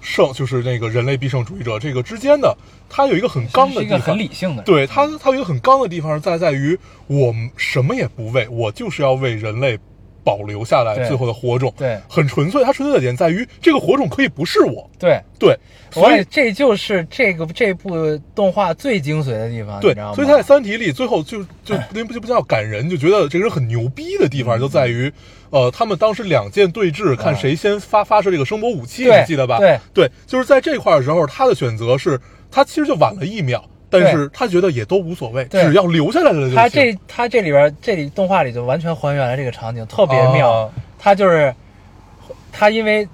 Speaker 2: 胜，就是那个人类必胜主义者这个之间的，他有一个很刚的
Speaker 1: 是一
Speaker 2: 地
Speaker 1: 个
Speaker 2: 方，
Speaker 1: 很理性的人，
Speaker 2: 对他，他有一个很刚的地方是在在于我什么也不为，我就是要为人类保留下来
Speaker 1: 对
Speaker 2: 最后的火种。
Speaker 1: 对
Speaker 2: 很纯粹。他纯粹的点在于这个火种可以不是我。
Speaker 1: 对，
Speaker 2: 对，所
Speaker 1: 所以
Speaker 2: 以
Speaker 1: 这就是这个这部动画最精髓的地方，
Speaker 2: 对
Speaker 1: 你知道，吗？
Speaker 2: 所以他在《三体》里最后就 就那不就不叫感人，就觉得这个人很牛逼的地方就在于，呃，他们当时两舰对峙，看谁先发发射这个声波武器，
Speaker 1: 嗯对
Speaker 2: 你记得吧？
Speaker 1: 对
Speaker 2: 对，就是在这块儿的时候，他的选择是他其实就晚了一秒。但是他觉得也都无所谓，
Speaker 1: 对
Speaker 2: 只要留下来了就行。
Speaker 1: 他这他这里边这里动画里就完全还原了这个场景，特别妙
Speaker 2: 哦。
Speaker 1: 他就是他因为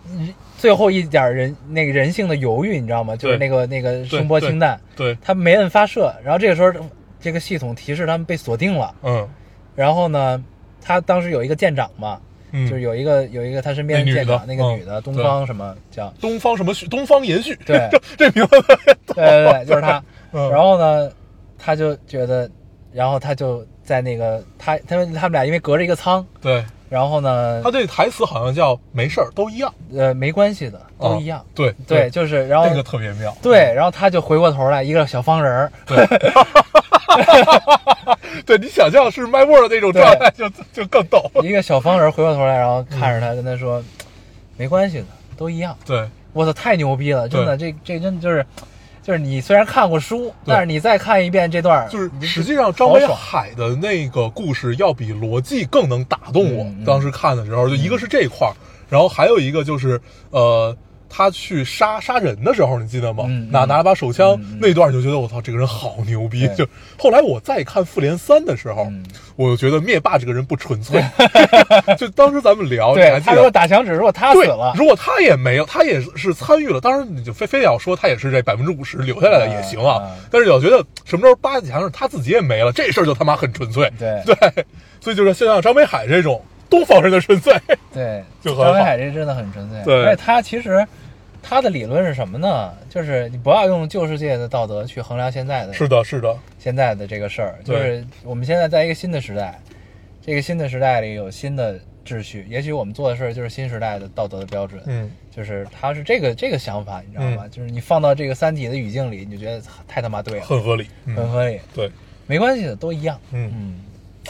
Speaker 1: 最后一点人那个人性的犹豫，你知道吗？就是
Speaker 2: 对
Speaker 1: 那个那个
Speaker 2: 对
Speaker 1: 声波氢弹，
Speaker 2: 对，
Speaker 1: 他没摁发射，然后这个时候这个系统提示他们被锁定了。
Speaker 2: 嗯
Speaker 1: 然后呢，他当时有一个舰长嘛，
Speaker 2: 嗯，
Speaker 1: 就是有一个有一个他身边
Speaker 2: 那女的
Speaker 1: 舰长那个
Speaker 2: 嗯
Speaker 1: 女的东
Speaker 2: 对
Speaker 1: 方什么叫
Speaker 2: 东方什么旭东方延续，
Speaker 1: 对
Speaker 2: 这名字，
Speaker 1: 对对对，就是他。
Speaker 2: 嗯
Speaker 1: 然后呢，他就觉得，然后他就在那个他他们他们俩因为隔着一个舱，
Speaker 2: 嗯对
Speaker 1: 然后呢
Speaker 2: 他，这台词好像叫没事儿都一样，
Speaker 1: 呃，没关系的，都
Speaker 2: 啊
Speaker 1: 一样。
Speaker 2: 对
Speaker 1: 对，，就是然后
Speaker 2: 那个特别妙，
Speaker 1: 对，然后他就回过头来，一个小方人儿，
Speaker 2: 对，对你想象是 My World 那种状态就就更逗，
Speaker 1: 一个小方人儿回过头来，然后看着他，跟他说，没关系的，都一样。
Speaker 2: 对
Speaker 1: 我操，太牛逼了！真的，这这真的就是，就是你虽然看过书，但是你再看一遍这段儿，
Speaker 2: 就是
Speaker 1: 你
Speaker 2: 实际上张北
Speaker 1: 好爽
Speaker 2: 海的那个故事要比逻辑更能打动我。
Speaker 1: 嗯嗯
Speaker 2: 当时看的时候，就一个是这块儿，然后还有一个就是呃，他去杀杀人的时候，你记得吗？
Speaker 1: 嗯嗯
Speaker 2: 拿拿了把手枪、
Speaker 1: 嗯嗯
Speaker 2: 那段，你就觉得我操，这个人好牛逼。
Speaker 1: 对
Speaker 2: 就后来我再看《复联三》的时候，
Speaker 1: 嗯
Speaker 2: 我就觉得灭霸这个人不纯 粹。 就当时咱们聊，你
Speaker 1: 对
Speaker 2: 还记
Speaker 1: 他
Speaker 2: 得
Speaker 1: 如果打响指，如果他死
Speaker 2: 对
Speaker 1: 了，
Speaker 2: 如果他也没有，他也是参与了。当然，你就非非得要说他也是这百分之五十留下来的
Speaker 1: 嗯
Speaker 2: 也行啊。
Speaker 1: 嗯
Speaker 2: 但是我觉得什么时候八强是他自己也没了，这事儿就他妈很纯粹。
Speaker 1: 对
Speaker 2: 对，所以就是像张北海这种东方人的纯粹，
Speaker 1: 对，
Speaker 2: 就很
Speaker 1: 张北
Speaker 2: 好
Speaker 1: 海这真的很纯粹。
Speaker 2: 对
Speaker 1: 而且他其实他的理论是什么呢？就是你不要用旧世界的道德去衡量现在的
Speaker 2: 是的，是的，
Speaker 1: 现在的这个事儿，就
Speaker 2: 对
Speaker 1: 是我们现在在一个新的时代，这个新的时代里有新的秩序，也许我们做的事儿就是新时代的道德的标准。
Speaker 2: 嗯，
Speaker 1: 就是他是这个这个想法，你知道吗？
Speaker 2: 嗯
Speaker 1: 就是你放到这个《三体》的语境里，你就觉得太他妈对了，
Speaker 2: 很合理。
Speaker 1: 很
Speaker 2: 嗯，
Speaker 1: 合理，
Speaker 2: 对，
Speaker 1: 没关系的，都一样，
Speaker 2: 嗯
Speaker 1: 嗯，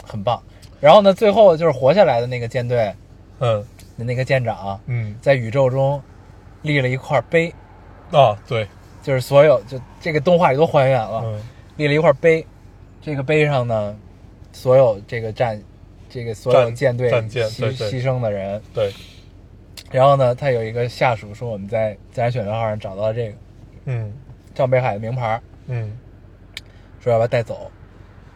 Speaker 1: 很棒。然后呢，最后就是活下来的那个舰队
Speaker 2: 嗯
Speaker 1: 的那个舰长，
Speaker 2: 嗯
Speaker 1: 在宇宙中立了一块碑，
Speaker 2: 啊，对，
Speaker 1: 就是所有就这个动画里都还原了，
Speaker 2: 嗯
Speaker 1: 立了一块碑，这个碑上呢，所有这个战，这个所有
Speaker 2: 战
Speaker 1: 舰队
Speaker 2: 战舰
Speaker 1: 牺
Speaker 2: 对对
Speaker 1: 牺牲的人，
Speaker 2: 对，
Speaker 1: 然后呢，他有一个下属说我们在自然选择号上找到了这个
Speaker 2: 嗯
Speaker 1: 张北海的名牌，
Speaker 2: 嗯
Speaker 1: 说要不要带走，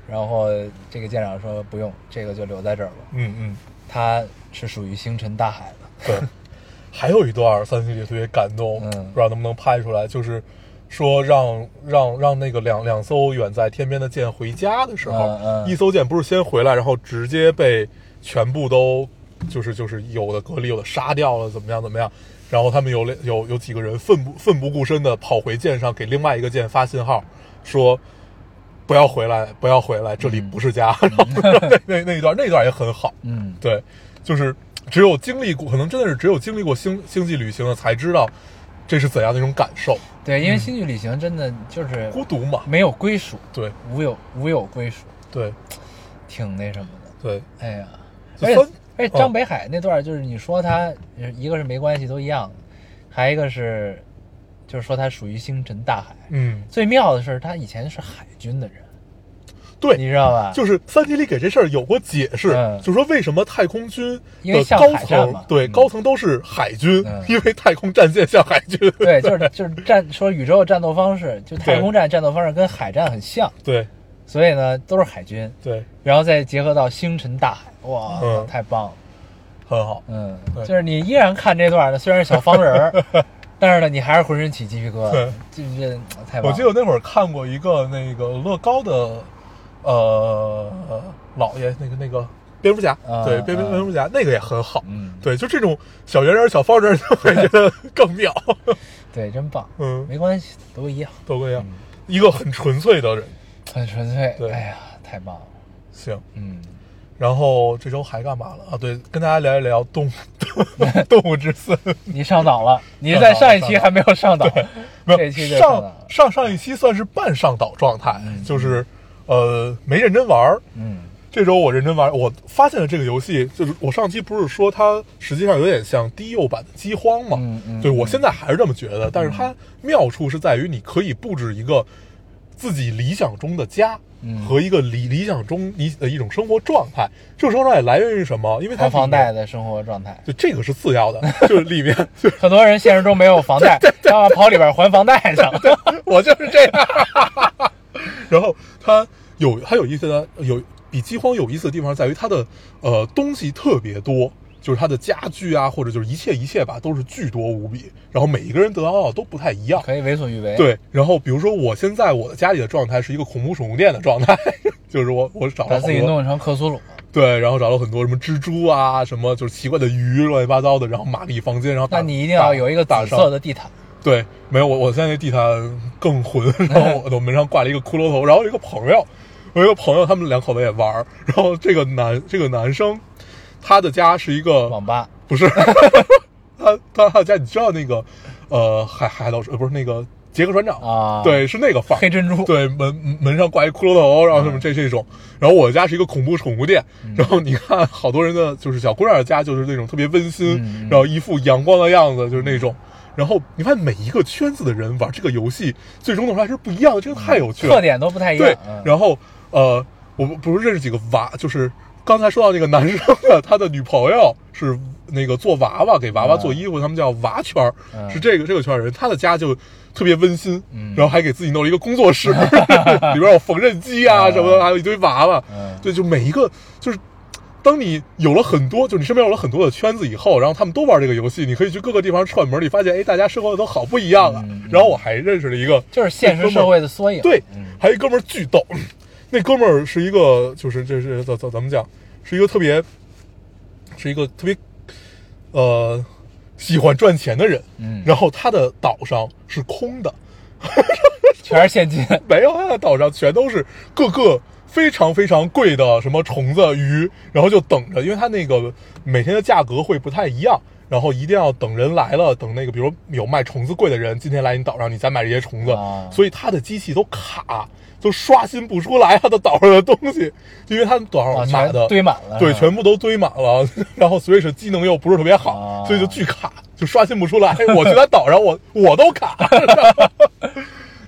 Speaker 1: 然后这个舰长说不用，这个就留在这儿吧，
Speaker 2: 嗯嗯，
Speaker 1: 它是属于星辰大海的，
Speaker 2: 对。还有一段三星里特别感动，
Speaker 1: 嗯
Speaker 2: 不知道能不能拍出来，就是说让让让那个两两艘远在天边的舰回家的时候，
Speaker 1: 嗯嗯
Speaker 2: 一艘舰不是先回来，然后直接被全部都就是就是有的隔离，有的杀掉了，怎么样怎么样。然后他们有有有几个人奋不奋不顾身的跑回舰上，给另外一个舰发信号，说不要回来，不要回来，这里不是家。然后 那那那一段那一段也很好，
Speaker 1: 嗯，
Speaker 2: 对，就是只有经历过，可能真的是只有经历过星星际旅行的才知道这是怎样的一种感受，
Speaker 1: 对，因为星际旅行真的就是
Speaker 2: 嗯孤独嘛。
Speaker 1: 没有归属，
Speaker 2: 对
Speaker 1: 无有无有归属，
Speaker 2: 对
Speaker 1: 挺那什么的。
Speaker 2: 对，
Speaker 1: 哎呀，
Speaker 2: 就
Speaker 1: 而且
Speaker 2: 分
Speaker 1: 而且
Speaker 2: 嗯
Speaker 1: 张北海那段就是你说他一个是没关系都一样，还一个是就是说他属于星辰大海。
Speaker 2: 嗯，
Speaker 1: 最妙的是他以前是海军的人，
Speaker 2: 对，
Speaker 1: 你知道吧？
Speaker 2: 就是《三体》里给这事儿有过解释，
Speaker 1: 嗯
Speaker 2: 就说为什么太空军
Speaker 1: 因为
Speaker 2: 的
Speaker 1: 像
Speaker 2: 高
Speaker 1: 海战
Speaker 2: 层
Speaker 1: 嘛
Speaker 2: 对、
Speaker 1: 嗯
Speaker 2: 高层都是海军，
Speaker 1: 嗯
Speaker 2: 因为太空战舰像海军。
Speaker 1: 对，就是就是战说宇宙战斗方式，就太
Speaker 2: 对
Speaker 1: 空战战斗方式跟海战很像，
Speaker 2: 对
Speaker 1: 所以呢都是海军，
Speaker 2: 对，
Speaker 1: 然后再结合到星辰大海，哇，
Speaker 2: 嗯
Speaker 1: 太棒了！
Speaker 2: 很好。
Speaker 1: 嗯，
Speaker 2: 对
Speaker 1: 就是你依然看这段呢，虽然是小方人 儿，但是呢你还是浑身起鸡皮疙瘩
Speaker 2: 对，
Speaker 1: 这这太棒
Speaker 2: 我
Speaker 1: 了
Speaker 2: 记得那会儿看过一个那个乐高的，呃，老爷那个那个蝙蝠侠，
Speaker 1: 啊
Speaker 2: 对，蝙蝠
Speaker 1: 啊
Speaker 2: 蝙蝠侠那个也很好。
Speaker 1: 嗯，
Speaker 2: 对，就这种小圆人儿、小方人儿，就会觉得更 妙。
Speaker 1: 对，真棒，
Speaker 2: 嗯，
Speaker 1: 没关系，都一样，
Speaker 2: 都这样，
Speaker 1: 嗯
Speaker 2: 一个很纯粹的人。
Speaker 1: 很纯粹。
Speaker 2: 对
Speaker 1: 哎呀，太棒了，
Speaker 2: 行，
Speaker 1: 嗯，
Speaker 2: 然后这周还干嘛了啊？对，跟大家聊一聊动物 动物之森。
Speaker 1: 你上 岛了，你在上一期还没有上岛，
Speaker 2: 没
Speaker 1: 这
Speaker 2: 有
Speaker 1: 一期就上岛
Speaker 2: 上
Speaker 1: 了，
Speaker 2: 上上一期算是半上岛状态，
Speaker 1: 嗯
Speaker 2: 就是呃没认真玩儿。
Speaker 1: 嗯
Speaker 2: 这周我认真玩儿，我发现了这个游戏，就是我上期不是说它实际上有点像低幼版的饥荒嘛？
Speaker 1: 嗯嗯
Speaker 2: 对
Speaker 1: 嗯
Speaker 2: 我现在还是这么觉得，但是它妙处是在于你可以布置一个自己理想中的家。
Speaker 1: 嗯
Speaker 2: 和一个理理想中你的一种生活状态，这种生活状态来源于什么？因为它
Speaker 1: 还房
Speaker 2: 里面
Speaker 1: 贷的生活状态。
Speaker 2: 就这个是次要的， 就是里面，就
Speaker 1: 很多人现实中没有房 贷，然后跑里边还房贷去了。
Speaker 2: 我就是这样。然后它有它有意思的有比饥荒有意思的地方在于它的呃东西特别多，就是它的家具啊，或者就是一切一切吧，都是巨多无比。然后每一个人得到的都不太一样。
Speaker 1: 可以为所欲为。，
Speaker 2: 对，然后比如说我现在我的家里的状态是一个恐怖宠物店的状态， 就是我我找
Speaker 1: 把
Speaker 2: 了
Speaker 1: 自己
Speaker 2: 好多
Speaker 1: 弄成克苏鲁。
Speaker 2: 对，然后找了很多什么蜘蛛啊，什么就是奇怪的鱼，乱七八糟的，然后玛丽房间，然后
Speaker 1: 那
Speaker 2: 打
Speaker 1: 你一定要有一个
Speaker 2: 打
Speaker 1: 紫
Speaker 2: 上
Speaker 1: 色的地毯。
Speaker 2: 对，没有我，我现在那地毯更混，然后我的门上挂了一个骷髅头，然后有一个朋友，我有一个朋友，他们两口子也玩儿，然后这个男这个男生，他的家是一个
Speaker 1: 网吧
Speaker 2: 不是， 他他他的家你知道那个呃海海盗呃不是那个杰克船长
Speaker 1: 啊
Speaker 2: 对，是那个范儿，
Speaker 1: 黑珍珠
Speaker 2: 对，门门上挂一骷髅头，然后
Speaker 1: 嗯
Speaker 2: 什么这这种。然后我家是一个恐怖宠物店，然后你看好多人的就是小姑娘的家就是那种特别温馨，
Speaker 1: 嗯嗯
Speaker 2: 然后一副阳光的样子，就是那种。然后你看每一个圈子的人玩这个游戏，最终弄出来是不一样的，这个太有趣了。
Speaker 1: 特点都不太一样。
Speaker 2: 对
Speaker 1: 嗯，
Speaker 2: 然后呃，我不不是认识几个娃，就是刚才说到那个男生的，他的女朋友是那个做娃娃，给娃娃做衣服，他们叫娃圈儿，
Speaker 1: 嗯
Speaker 2: 是这个这个圈儿人，他的家就特别温馨，
Speaker 1: 嗯
Speaker 2: 然后还给自己弄了一个工作 室，里边有缝纫机啊
Speaker 1: 嗯
Speaker 2: 什么的，还有一堆娃娃，
Speaker 1: 嗯
Speaker 2: 对，就每一个就是。当你有了很多，就是你身边有了很多的圈子以后，然后他们都玩这个游戏，你可以去各个地方串门，你发现，哎，大家生活的都好不一样啊。
Speaker 1: 嗯嗯
Speaker 2: 然后我还认识了一个，
Speaker 1: 就是现实社会的缩影。
Speaker 2: 对
Speaker 1: 嗯，
Speaker 2: 还有一哥们儿巨逗， 那哥们儿是一个，就是这是怎怎怎么讲，是一个特别，是一个特别，呃，喜欢赚钱的人。
Speaker 1: 嗯
Speaker 2: 然后他的岛上是空的，
Speaker 1: 全是现金。
Speaker 2: 没有他的岛上全都是各个非常非常贵的什么虫子、鱼，然后就等着，因为他那个每天的价格会不太一样。然后一定要等人来了，等那个，比如有卖虫子贵的人，今天来你岛上，你再买这些虫子，
Speaker 1: 啊
Speaker 2: 所以他的机器都卡，都刷新不出来他的岛上的东西，因为他们岛
Speaker 1: 啊，
Speaker 2: 上买
Speaker 1: 全
Speaker 2: 的、
Speaker 1: 堆满了，
Speaker 2: 对，
Speaker 1: 是吧
Speaker 2: 全部都堆满了， 然后 Switch 机能又不是特别好，
Speaker 1: 啊
Speaker 2: 所以就巨卡，就刷新不出来。我去他岛上，我我都卡，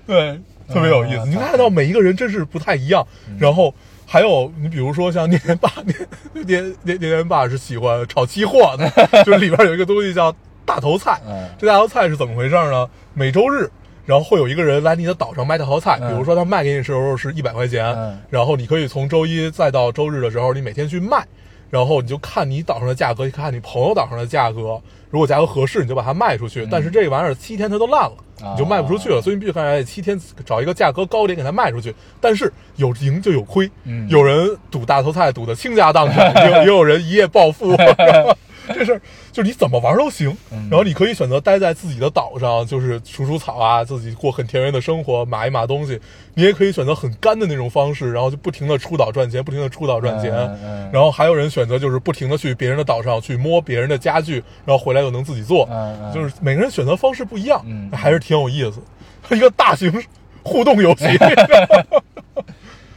Speaker 2: 对，特别有意
Speaker 1: 啊
Speaker 2: 思。你看到每一个人真是不太一样，
Speaker 1: 嗯
Speaker 2: 然后。还有，你比如说像年年爸， 年年年年年爸是喜欢炒期货的，就是里边有一个东西叫大头菜，
Speaker 1: 嗯
Speaker 2: 这大头菜是怎么回事呢？每周日，然后会有一个人来你的岛上卖大头菜，比
Speaker 1: 嗯
Speaker 2: 如说他卖给你的时候是一百块钱，
Speaker 1: 嗯
Speaker 2: 然后你可以从周一再到周日的时候，你每天去卖，然后你就看你岛上的价格，看你朋友岛上的价格，如果价格合适，你就把它卖出去。但是这个玩意儿七天它都烂了，
Speaker 1: 啊
Speaker 2: 你就卖不出去了，所以你必须得七天找一个价格高点给它卖出去。但是有赢就有亏，
Speaker 1: 嗯
Speaker 2: 有人赌大头菜赌的倾家荡产，也有也有人一夜暴富，然后这这事儿就是你怎么玩都行，
Speaker 1: 嗯
Speaker 2: 然后你可以选择待在自己的岛上，就是除除草啊，自己过很田园的生活，码一码东西。你也可以选择很干的那种方式，然后就不停的出岛赚钱，不停的出岛赚钱。
Speaker 1: 嗯嗯
Speaker 2: 然后还有人选择就是不停的去别人的岛上去摸别人的家具，然后回来又能自己做。
Speaker 1: 嗯嗯
Speaker 2: 就是每个人选择方式不一样，
Speaker 1: 嗯
Speaker 2: 还是挺有意思。 一个大型互动 游戏，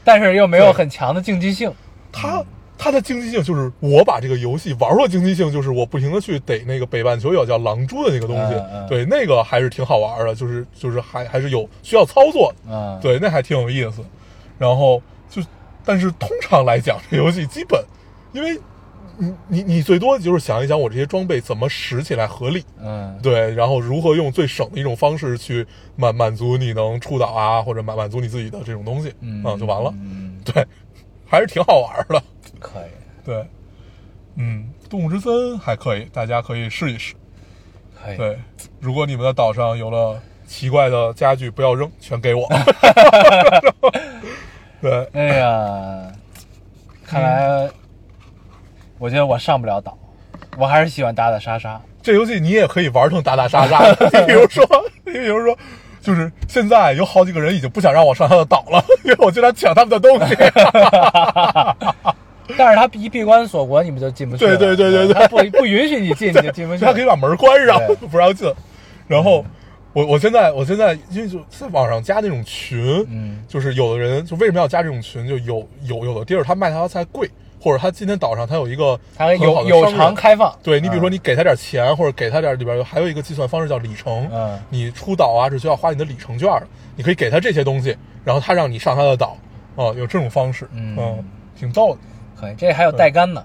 Speaker 1: 但是又没有
Speaker 2: 对
Speaker 1: 很强的竞技性。
Speaker 2: 它它的竞技性就是我把这个游戏玩过竞技性，就是我不停的去逮那个北半球有叫狼蛛的那个东西，
Speaker 1: 嗯嗯
Speaker 2: 对那个还是挺好玩的，就是就是还还是有需要操作，
Speaker 1: 嗯，，
Speaker 2: 对那还挺有意思。然后就但是通常来讲，这游戏基本因为你你你最多就是想一想我这些装备怎么使起来合理，
Speaker 1: 嗯，
Speaker 2: 对，然后如何用最省的一种方式去满满足你能出岛啊，或者满满足你自己的这种东西，
Speaker 1: 嗯，
Speaker 2: 啊就完了，
Speaker 1: 嗯，
Speaker 2: 对，还是挺好玩的。
Speaker 1: 可以。
Speaker 2: 对，嗯，动物之森还可以，大家可以试一试。
Speaker 1: 可以，
Speaker 2: 对，如果你们的岛上有了奇怪的家具，不要扔，全给我。对，
Speaker 1: 哎呀，看来我觉得我上不了岛，我还是喜欢打打杀杀。
Speaker 2: 这游戏你也可以玩成打打杀杀的，你比如说，你比如说。就是现在有好几个人已经不想让我上他的岛了，因为我经常抢他们的东西。
Speaker 1: 但是他一闭关锁国，你们就进不去了。
Speaker 2: 对对对对对
Speaker 1: 他不不允许你进，你就进不去。
Speaker 2: 他可以把门关上
Speaker 1: 对，
Speaker 2: 不让进。然后我我现在我现在因为就在网上加那种群，
Speaker 1: 嗯
Speaker 2: 就是有的人就为什么要加这种群，就有有有的地儿他卖他的菜贵，或者他今天岛上他有一个
Speaker 1: 他
Speaker 2: 很好
Speaker 1: 有
Speaker 2: 的
Speaker 1: 有
Speaker 2: 商人
Speaker 1: 偿开放。
Speaker 2: 对你比如说
Speaker 1: 嗯
Speaker 2: 你给他点钱，或者给他点里边有还有一个计算方式叫里程，
Speaker 1: 嗯
Speaker 2: 你出岛啊是需要花你的里程券的，你可以给他这些东西，然后他让你上他的岛，啊、有这种方式，
Speaker 1: 嗯
Speaker 2: 挺逗的。
Speaker 1: 可以，这还有带杆呢。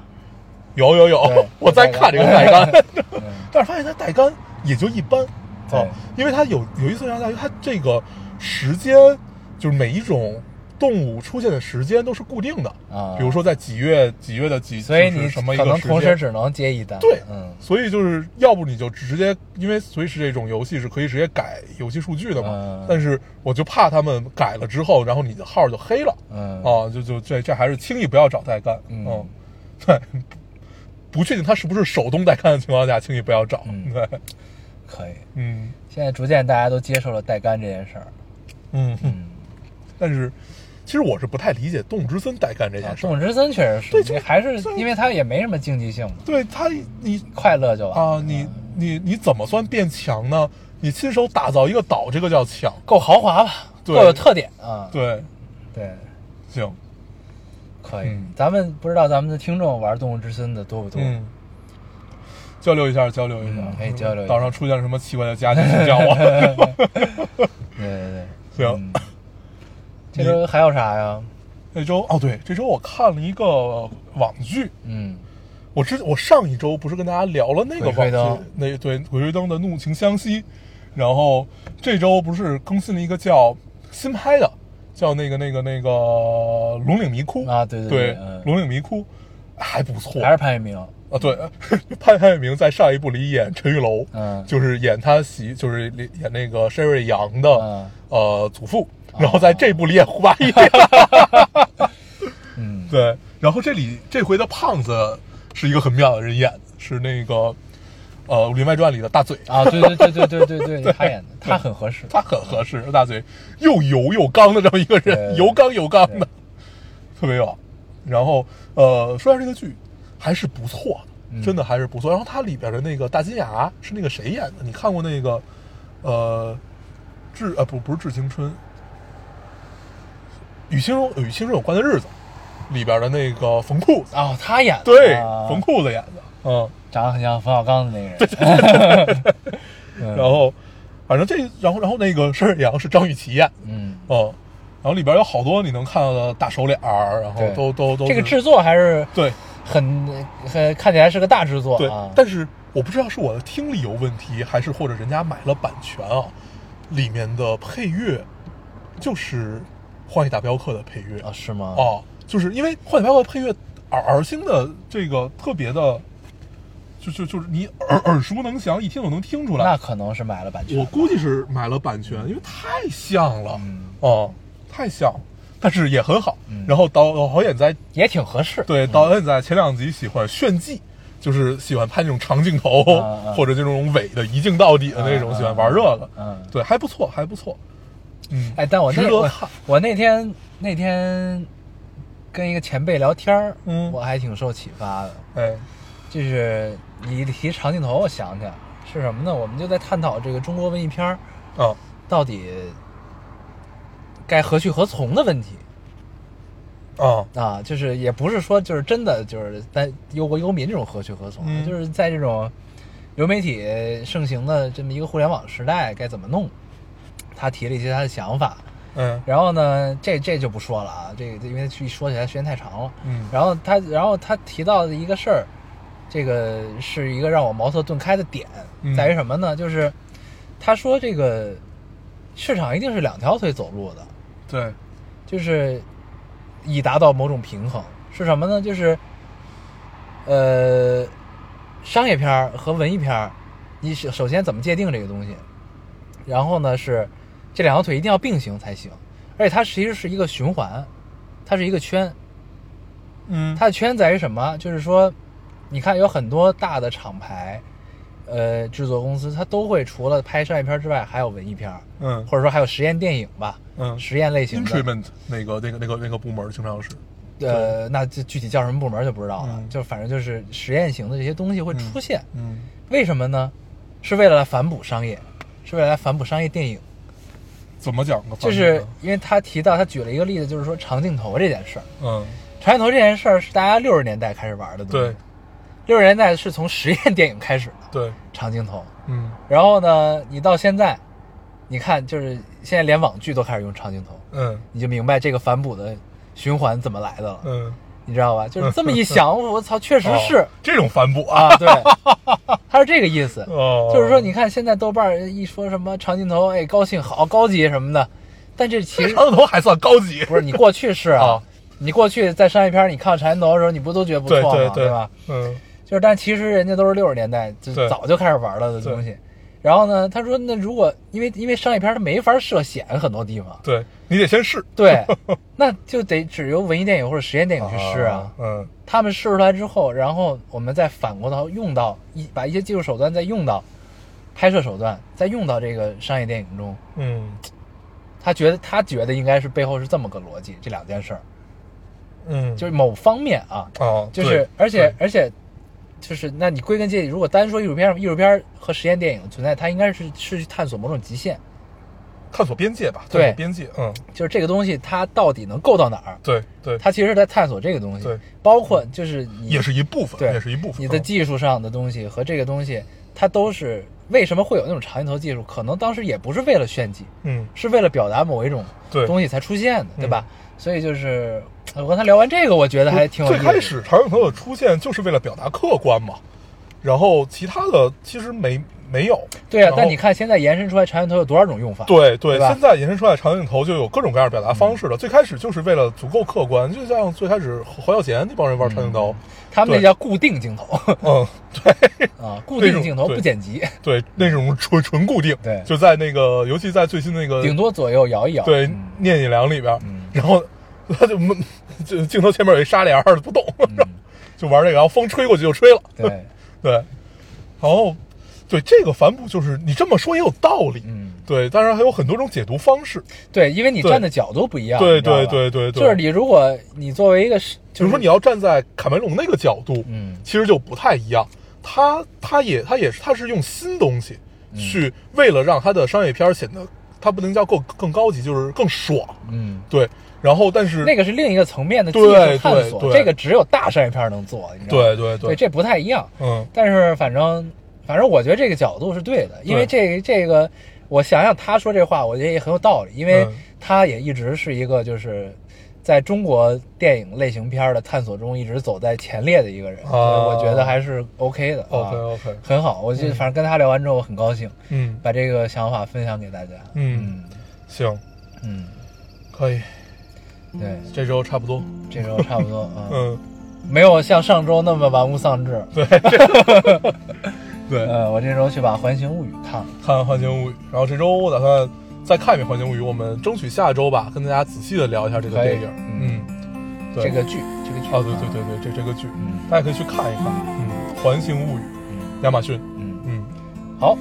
Speaker 2: 有有有
Speaker 1: 对，
Speaker 2: 我在看这个带杆，
Speaker 1: 嗯
Speaker 2: 但是发现它带杆也就一般，
Speaker 1: 对
Speaker 2: 啊，因为它有有一次让大家，它这个时间就是每一种动物出现的时间都是固定的，
Speaker 1: 啊，
Speaker 2: 比如，说在几月几月的几，
Speaker 1: 所以
Speaker 2: 就是
Speaker 1: 你
Speaker 2: 什么一
Speaker 1: 可
Speaker 2: 个
Speaker 1: 能
Speaker 2: 时
Speaker 1: 同时
Speaker 2: 间。
Speaker 1: 只能接一单。
Speaker 2: 对
Speaker 1: 嗯，
Speaker 2: 所以就是要不你就直接，因为随时这种游戏是可以直接改游戏数据的嘛，
Speaker 1: 嗯
Speaker 2: 但是我就怕他们改了之后，然后你的号就黑了，
Speaker 1: 嗯
Speaker 2: 啊，就就这这还是轻易不要找代干，哦
Speaker 1: 嗯
Speaker 2: 对，不确定它是不是手动代干的情况下，轻易不要找，
Speaker 1: 嗯
Speaker 2: 对，
Speaker 1: 可以。
Speaker 2: 嗯
Speaker 1: 现在逐渐大家都接受了带杆这件事儿。
Speaker 2: 嗯，
Speaker 1: 嗯，
Speaker 2: 但是其实我是不太理解动物之森代干这
Speaker 1: 啊
Speaker 2: 件事儿，
Speaker 1: 宋之森确实是，
Speaker 2: 对就
Speaker 1: 因为还是
Speaker 2: 对
Speaker 1: 因为他也没什么竞技性嘛，
Speaker 2: 对他你
Speaker 1: 快乐就完了
Speaker 2: 啊，你你你怎么算变强呢？你亲手打造一个岛，这个叫强，
Speaker 1: 够豪华吧，够
Speaker 2: 对
Speaker 1: 有特点啊。
Speaker 2: 对，
Speaker 1: 对，
Speaker 2: 行，
Speaker 1: 可以
Speaker 2: 嗯。
Speaker 1: 咱们不知道咱们的听众玩《动物之森》的多不多？
Speaker 2: 嗯。交流一下，交流一下
Speaker 1: 嗯，可以交流一下
Speaker 2: 岛上出现什么奇怪的家具，请叫我。
Speaker 1: 对对对，
Speaker 2: 行
Speaker 1: 嗯，这周还有啥呀？
Speaker 2: 那周哦，对，这周我看了一个网剧，
Speaker 1: 嗯
Speaker 2: 我之我上一周不是跟大家聊了那个
Speaker 1: 鬼
Speaker 2: 网
Speaker 1: 吹灯
Speaker 2: 剧，那对《鬼吹灯》的《怒晴湘西》，然后这周不是更新了一个叫新拍的，叫那个那个那个《龙岭迷窟》
Speaker 1: 啊对对
Speaker 2: 对
Speaker 1: 对嗯
Speaker 2: 龙岭迷窟》还不错，
Speaker 1: 还是潘粤明。
Speaker 2: 啊，对，潘粤明在上一部里演陈玉楼，
Speaker 1: 嗯
Speaker 2: 就是演他媳，就是演那个申瑞阳的、
Speaker 1: 嗯哦
Speaker 2: 呃祖父，然后在这部里演 胡八一。
Speaker 1: 嗯，
Speaker 2: 对，然后这里这回的胖子是一个很妙的人演的，是那个呃《武林外传》里的大嘴，
Speaker 1: 啊，对对对对对对对，他演的，他很合适。
Speaker 2: 他很合适，大嘴又油又刚的这么一个人，
Speaker 1: 对
Speaker 2: 油刚油刚
Speaker 1: 对
Speaker 2: 的，特别好。然后呃，说一下这个剧还是不错
Speaker 1: 嗯
Speaker 2: 的，真的还是不错。然后它里边的那个大金牙是那个谁演的？你看过那个呃致呃不不是致青春，与青春与青春有关的日子里边的那个冯裤子，
Speaker 1: 哦，他演的
Speaker 2: 对，
Speaker 1: 啊
Speaker 2: 冯裤子演的，嗯。
Speaker 1: 长得很像冯小刚的那个人。
Speaker 2: 嗯然后，反正这，然后然后那个申瑞阳是张雨绮演的，
Speaker 1: 嗯，
Speaker 2: 嗯，然后里边有好多你能看到的大手脸儿，然后
Speaker 1: 对
Speaker 2: 都都都
Speaker 1: 这个
Speaker 2: 是
Speaker 1: 制作还是
Speaker 2: 对
Speaker 1: 很很看起来是个大制作
Speaker 2: 对
Speaker 1: 啊，。
Speaker 2: 但是我不知道是我的听力有问题，还是或者人家买了版权啊，里面的配乐就是《荒野大镖客》的配乐
Speaker 1: 啊，是吗？，
Speaker 2: 哦，就是因为《荒野大镖客》配乐耳耳星的这个特别的，就就就是你耳耳熟能详，一听就能听出来，
Speaker 1: 那可能是买了版权。
Speaker 2: 我估计是买了版权，因为太像了，
Speaker 1: 嗯
Speaker 2: 哦，太像，但是也很好。
Speaker 1: 嗯
Speaker 2: 然后导导演在
Speaker 1: 也挺合适。
Speaker 2: 对导演在前两集喜欢炫技，就是喜欢拍那种长镜头，
Speaker 1: 啊 啊
Speaker 2: 或者这种伪的一镜到底的那种，
Speaker 1: 啊啊
Speaker 2: 喜欢玩这个。
Speaker 1: 嗯，
Speaker 2: 对，还不错，还不错。嗯，
Speaker 1: 哎，但我
Speaker 2: 值
Speaker 1: 那
Speaker 2: 得
Speaker 1: 我
Speaker 2: 看
Speaker 1: 我那天那天跟一个前辈聊天儿，
Speaker 2: 嗯
Speaker 1: 我还挺受启发的。
Speaker 2: 哎，
Speaker 1: 就是你一提长镜头，我想起来是什么呢？我们就在探讨这个中国文艺片儿
Speaker 2: 啊，
Speaker 1: 到底该何去何从的问题
Speaker 2: 啊，
Speaker 1: 啊，就是也不是说就是真的就是咱忧国忧民这种何去何从，
Speaker 2: 嗯
Speaker 1: 就是在这种流媒体盛行的这么一个互联网时代，该怎么弄？他提了一些他的想法，
Speaker 2: 嗯
Speaker 1: 然后呢，这这就不说了啊，这个因为一说起来时间太长了。
Speaker 2: 嗯
Speaker 1: 然后他，然后他提到的一个事儿，这个是一个让我茅塞顿开的点
Speaker 2: 嗯，
Speaker 1: 在于什么呢？就是他说这个市场一定是两条腿走路的，
Speaker 2: 对，
Speaker 1: 就是以达到某种平衡。是什么呢？就是呃，商业片儿和文艺片儿，你首首先怎么界定这个东西？然后呢是这两条腿一定要并行才行，而且它其实是一个循环，它是一个圈。
Speaker 2: 嗯，
Speaker 1: 它的圈在于什么？就是说，你看有很多大的厂牌，呃，制作公司，它都会除了拍商业片之外，还有文艺片，
Speaker 2: 嗯
Speaker 1: 或者说还有实验电影吧，
Speaker 2: 嗯
Speaker 1: 实验类型的。
Speaker 2: ，instrument 那个那个那个那个部门经常是，
Speaker 1: 呃，那这具体叫什么部门就不知道了，
Speaker 2: 嗯
Speaker 1: 就反正就是实验型的这些东西会出现。
Speaker 2: 嗯
Speaker 1: 为什么呢？是为了来反哺商业，是为了来反哺商业电影。
Speaker 2: 怎么讲个方
Speaker 1: 就
Speaker 2: 面
Speaker 1: 是
Speaker 2: 呢
Speaker 1: 因为他提到，他举了一个例子，就是说长镜头这件事儿。
Speaker 2: 嗯，
Speaker 1: 长镜头这件事儿是大家六十年代开始玩的东西
Speaker 2: 对，
Speaker 1: 六十年代是从实验电影开始的。
Speaker 2: 对，
Speaker 1: 长镜头。
Speaker 2: 嗯
Speaker 1: 然后呢，你到现在，你看就是现在连网剧都开始用长镜头，
Speaker 2: 嗯
Speaker 1: 你就明白这个反哺的循环怎么来的了，
Speaker 2: 嗯，
Speaker 1: 你知道吧？就是这么一想， 我操，啊确实
Speaker 2: 哦
Speaker 1: 是、
Speaker 2: 这种反哺啊，
Speaker 1: 啊，对，他是这个意思。
Speaker 2: 哦，
Speaker 1: 就是 说，你看现在豆瓣儿一说什么长镜头，哎，高兴好高级什么的，但这其
Speaker 2: 这
Speaker 1: 实
Speaker 2: 长头还算高级，
Speaker 1: 不是 你过去是啊，
Speaker 2: 哦
Speaker 1: 你过去在商业片儿你看长镜头的时候，你不都觉得不
Speaker 2: 对
Speaker 1: 错吗？
Speaker 2: 对对
Speaker 1: 吧？？
Speaker 2: 嗯
Speaker 1: 就是，但其实人家都是六十年代就
Speaker 2: 对
Speaker 1: 早就开始玩了的东西。然后呢，他说那如果因为因为商业片它没法涉险很多地方，
Speaker 2: 对你得先试
Speaker 1: 对，那就得只由文艺电影或者实验电影去试啊。，
Speaker 2: 嗯
Speaker 1: 他们试出来之后，然后我们再反过头用到一把一些技术手段再用到拍摄手段，再用到这个商业电影中。
Speaker 2: 嗯
Speaker 1: 他觉得他觉得应该是背后是这么个逻辑，这两件事儿
Speaker 2: 嗯，
Speaker 1: 就是某方面啊，
Speaker 2: 哦，
Speaker 1: 就是
Speaker 2: 对
Speaker 1: 而且
Speaker 2: 对
Speaker 1: 而且就是，那你归根结底，如果单说艺术片，艺术片和实验电影的存在，它应该是是去探索某种极限，
Speaker 2: 探索边界吧，探
Speaker 1: 对
Speaker 2: 索边界，嗯，
Speaker 1: 就是这个东西它到底能够到哪儿？
Speaker 2: 对对，
Speaker 1: 它其实是在探索这个东西
Speaker 2: 对，
Speaker 1: 包括就是你
Speaker 2: 也是一部分，
Speaker 1: 对
Speaker 2: 也是一部分，
Speaker 1: 你的
Speaker 2: 嗯
Speaker 1: 技术上的东西和这个东西，它都是为什么会有那种长镜头技术？可能当时也不是为了炫技，
Speaker 2: 嗯，
Speaker 1: 是为了表达某一种
Speaker 2: 对嗯
Speaker 1: 东西才出现的，对吧？所以就是呃我跟他聊完这个，我觉得还挺有意
Speaker 2: 最
Speaker 1: 思。
Speaker 2: 开始长镜头的出现就是为了表达客观嘛，然后其他的其实没没有。
Speaker 1: 对啊
Speaker 2: 然，后
Speaker 1: 但你看现在延伸出来长镜头有多少种用法？
Speaker 2: 对对，
Speaker 1: 对吧
Speaker 2: 现在延伸出来长镜头就有各种各样的表达方式了。最开始就是为了足够客观，嗯就像最开始侯耀贤那帮人玩长镜头，
Speaker 1: 他们那
Speaker 2: 对
Speaker 1: 叫固定镜头
Speaker 2: 嗯，
Speaker 1: 啊，固
Speaker 2: 那
Speaker 1: 定
Speaker 2: 种
Speaker 1: 镜头
Speaker 2: 对
Speaker 1: 不剪辑，
Speaker 2: 对，那种纯纯固定，
Speaker 1: 对
Speaker 2: 就在那个，尤其在最新那个
Speaker 1: 顶多左右摇一摇。
Speaker 2: 对《
Speaker 1: 嗯
Speaker 2: 聂隐娘》里边，
Speaker 1: 嗯
Speaker 2: 然后他就闷 就镜头前面有一纱帘儿不动，
Speaker 1: 嗯
Speaker 2: 就玩这个，然后风吹过去就吹了，
Speaker 1: 对，
Speaker 2: 对，然后对这个反哺就是你这么说也有道理，
Speaker 1: 嗯，
Speaker 2: 对，当然还有很多种解读方式，
Speaker 1: 对，因为你
Speaker 2: 对
Speaker 1: 站的角度不一样。
Speaker 2: 对
Speaker 1: 你知道吧
Speaker 2: 对对对对
Speaker 1: 就是你如果你作为一个是，
Speaker 2: 比
Speaker 1: 就
Speaker 2: 如
Speaker 1: 是
Speaker 2: 说你要站在卡梅隆那个角度，
Speaker 1: 嗯
Speaker 2: 其实就不太一样，他他也他也是他是用新东西
Speaker 1: 嗯
Speaker 2: 去为了让他的商业片儿显得他不能叫更更高级，就是更爽，
Speaker 1: 嗯，
Speaker 2: 对，然后但是
Speaker 1: 那个是另一个层面的技
Speaker 2: 对
Speaker 1: 术探
Speaker 2: 对
Speaker 1: 索，
Speaker 2: 对
Speaker 1: 这个只有大商业片能做，你知道吗？
Speaker 2: 对对
Speaker 1: 对，这不太一样。
Speaker 2: 嗯。
Speaker 1: 但是反正反正我觉得这个角度是对的，因为这个这个，我想想他说这话，我觉得也很有道理，因为
Speaker 2: 嗯
Speaker 1: 他也一直是一个就是。在中国电影类型片的探索中，一直走在前列的一个人，
Speaker 2: 啊
Speaker 1: 所以我觉得还是 OK 的。
Speaker 2: OK
Speaker 1: 啊
Speaker 2: OK，
Speaker 1: 很好。我就反正跟他聊完之后，我很高兴，
Speaker 2: 嗯
Speaker 1: 把这个想法分享给大家。
Speaker 2: 嗯，行，
Speaker 1: 嗯，
Speaker 2: 可以，
Speaker 1: 嗯对，
Speaker 2: 这周差不多。，
Speaker 1: 这周差不多啊
Speaker 2: 嗯，
Speaker 1: 没有像上周那么玩物丧志。
Speaker 2: 对，
Speaker 1: 呃，我这周去把《环形物语》看了。
Speaker 2: 看完《环形物语》，然后这周我打算再看一遍《环形物语》，我们争取下周吧，跟大家仔细的聊一下这个
Speaker 1: 可以
Speaker 2: 电影。
Speaker 1: 嗯
Speaker 2: 嗯，对哦
Speaker 1: 这个剧，这个剧
Speaker 2: 啊，对对对对，这这个剧，
Speaker 1: 嗯
Speaker 2: 大家可以去看一看。嗯，环形物语》，
Speaker 1: 嗯
Speaker 2: 亚马逊。
Speaker 1: 嗯，
Speaker 2: 嗯，
Speaker 1: 好，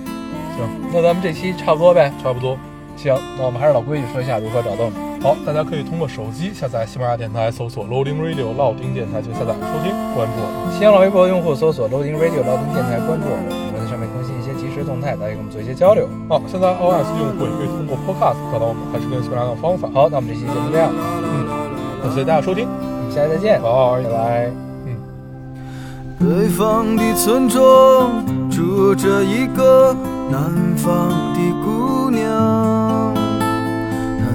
Speaker 2: 行，
Speaker 1: 那咱们这期差不多呗。
Speaker 2: 差不多。
Speaker 1: 行，那我们还是老规矩，说一下如何找到我们。
Speaker 2: 好，大家可以通过手机下载喜马拉雅电台，搜索 Loading Radio 老丁电台就下载收听关注我们。
Speaker 1: 新浪微博用户搜索 Loading Radio 老丁电台，关注我们，我们在上面更新一些即时动态，大家跟我们做一些交流。
Speaker 2: 哦，现在 iOS 用户也可以通过 Podcast 找到我们，还是跟喜马拉雅的方法。
Speaker 1: 好，那我们这期节目这样，
Speaker 2: 感谢大家收听，
Speaker 1: 我们下期再见，
Speaker 2: 拜
Speaker 1: 拜。拜。
Speaker 3: 北方的村庄住着一个南方的姑娘，她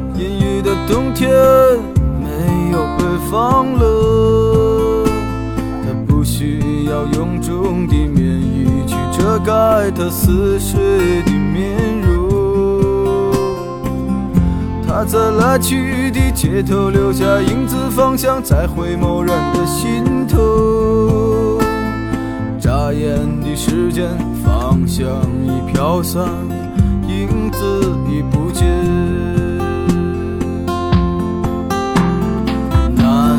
Speaker 3: 阴雨的冬天没有北方冷，他不需要臃肿的棉衣去遮盖他似水的面容。他在来去的街头留下影子芳香，在回眸人的心头。眨眼的时间，芳香已飘散，影子已不见。南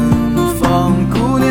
Speaker 3: 方姑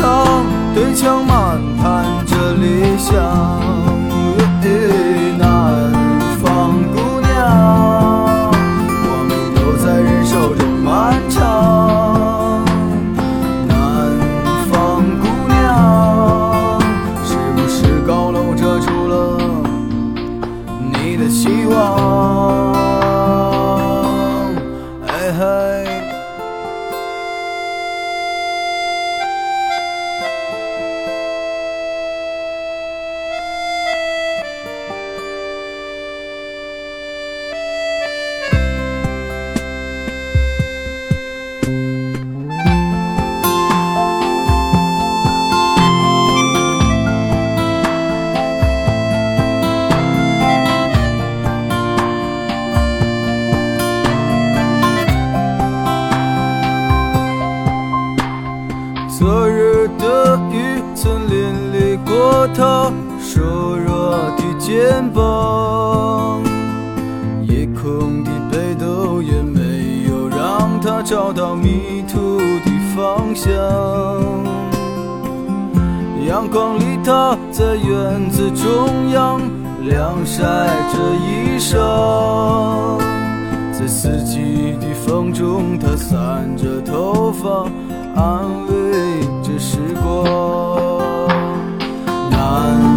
Speaker 3: 糖，对墙漫谈着理想。南方姑娘，我们都在忍受着漫长。南方姑娘，是不是高楼遮住了你的希望？哎嘿。昨日的雨曾淋漓过她瘦弱的肩膀，夜空的北斗也没有让她找到迷途的方向。阳光里，她在院子中央晾晒着衣裳。在四季的风中，她散着头发，安慰着时光。南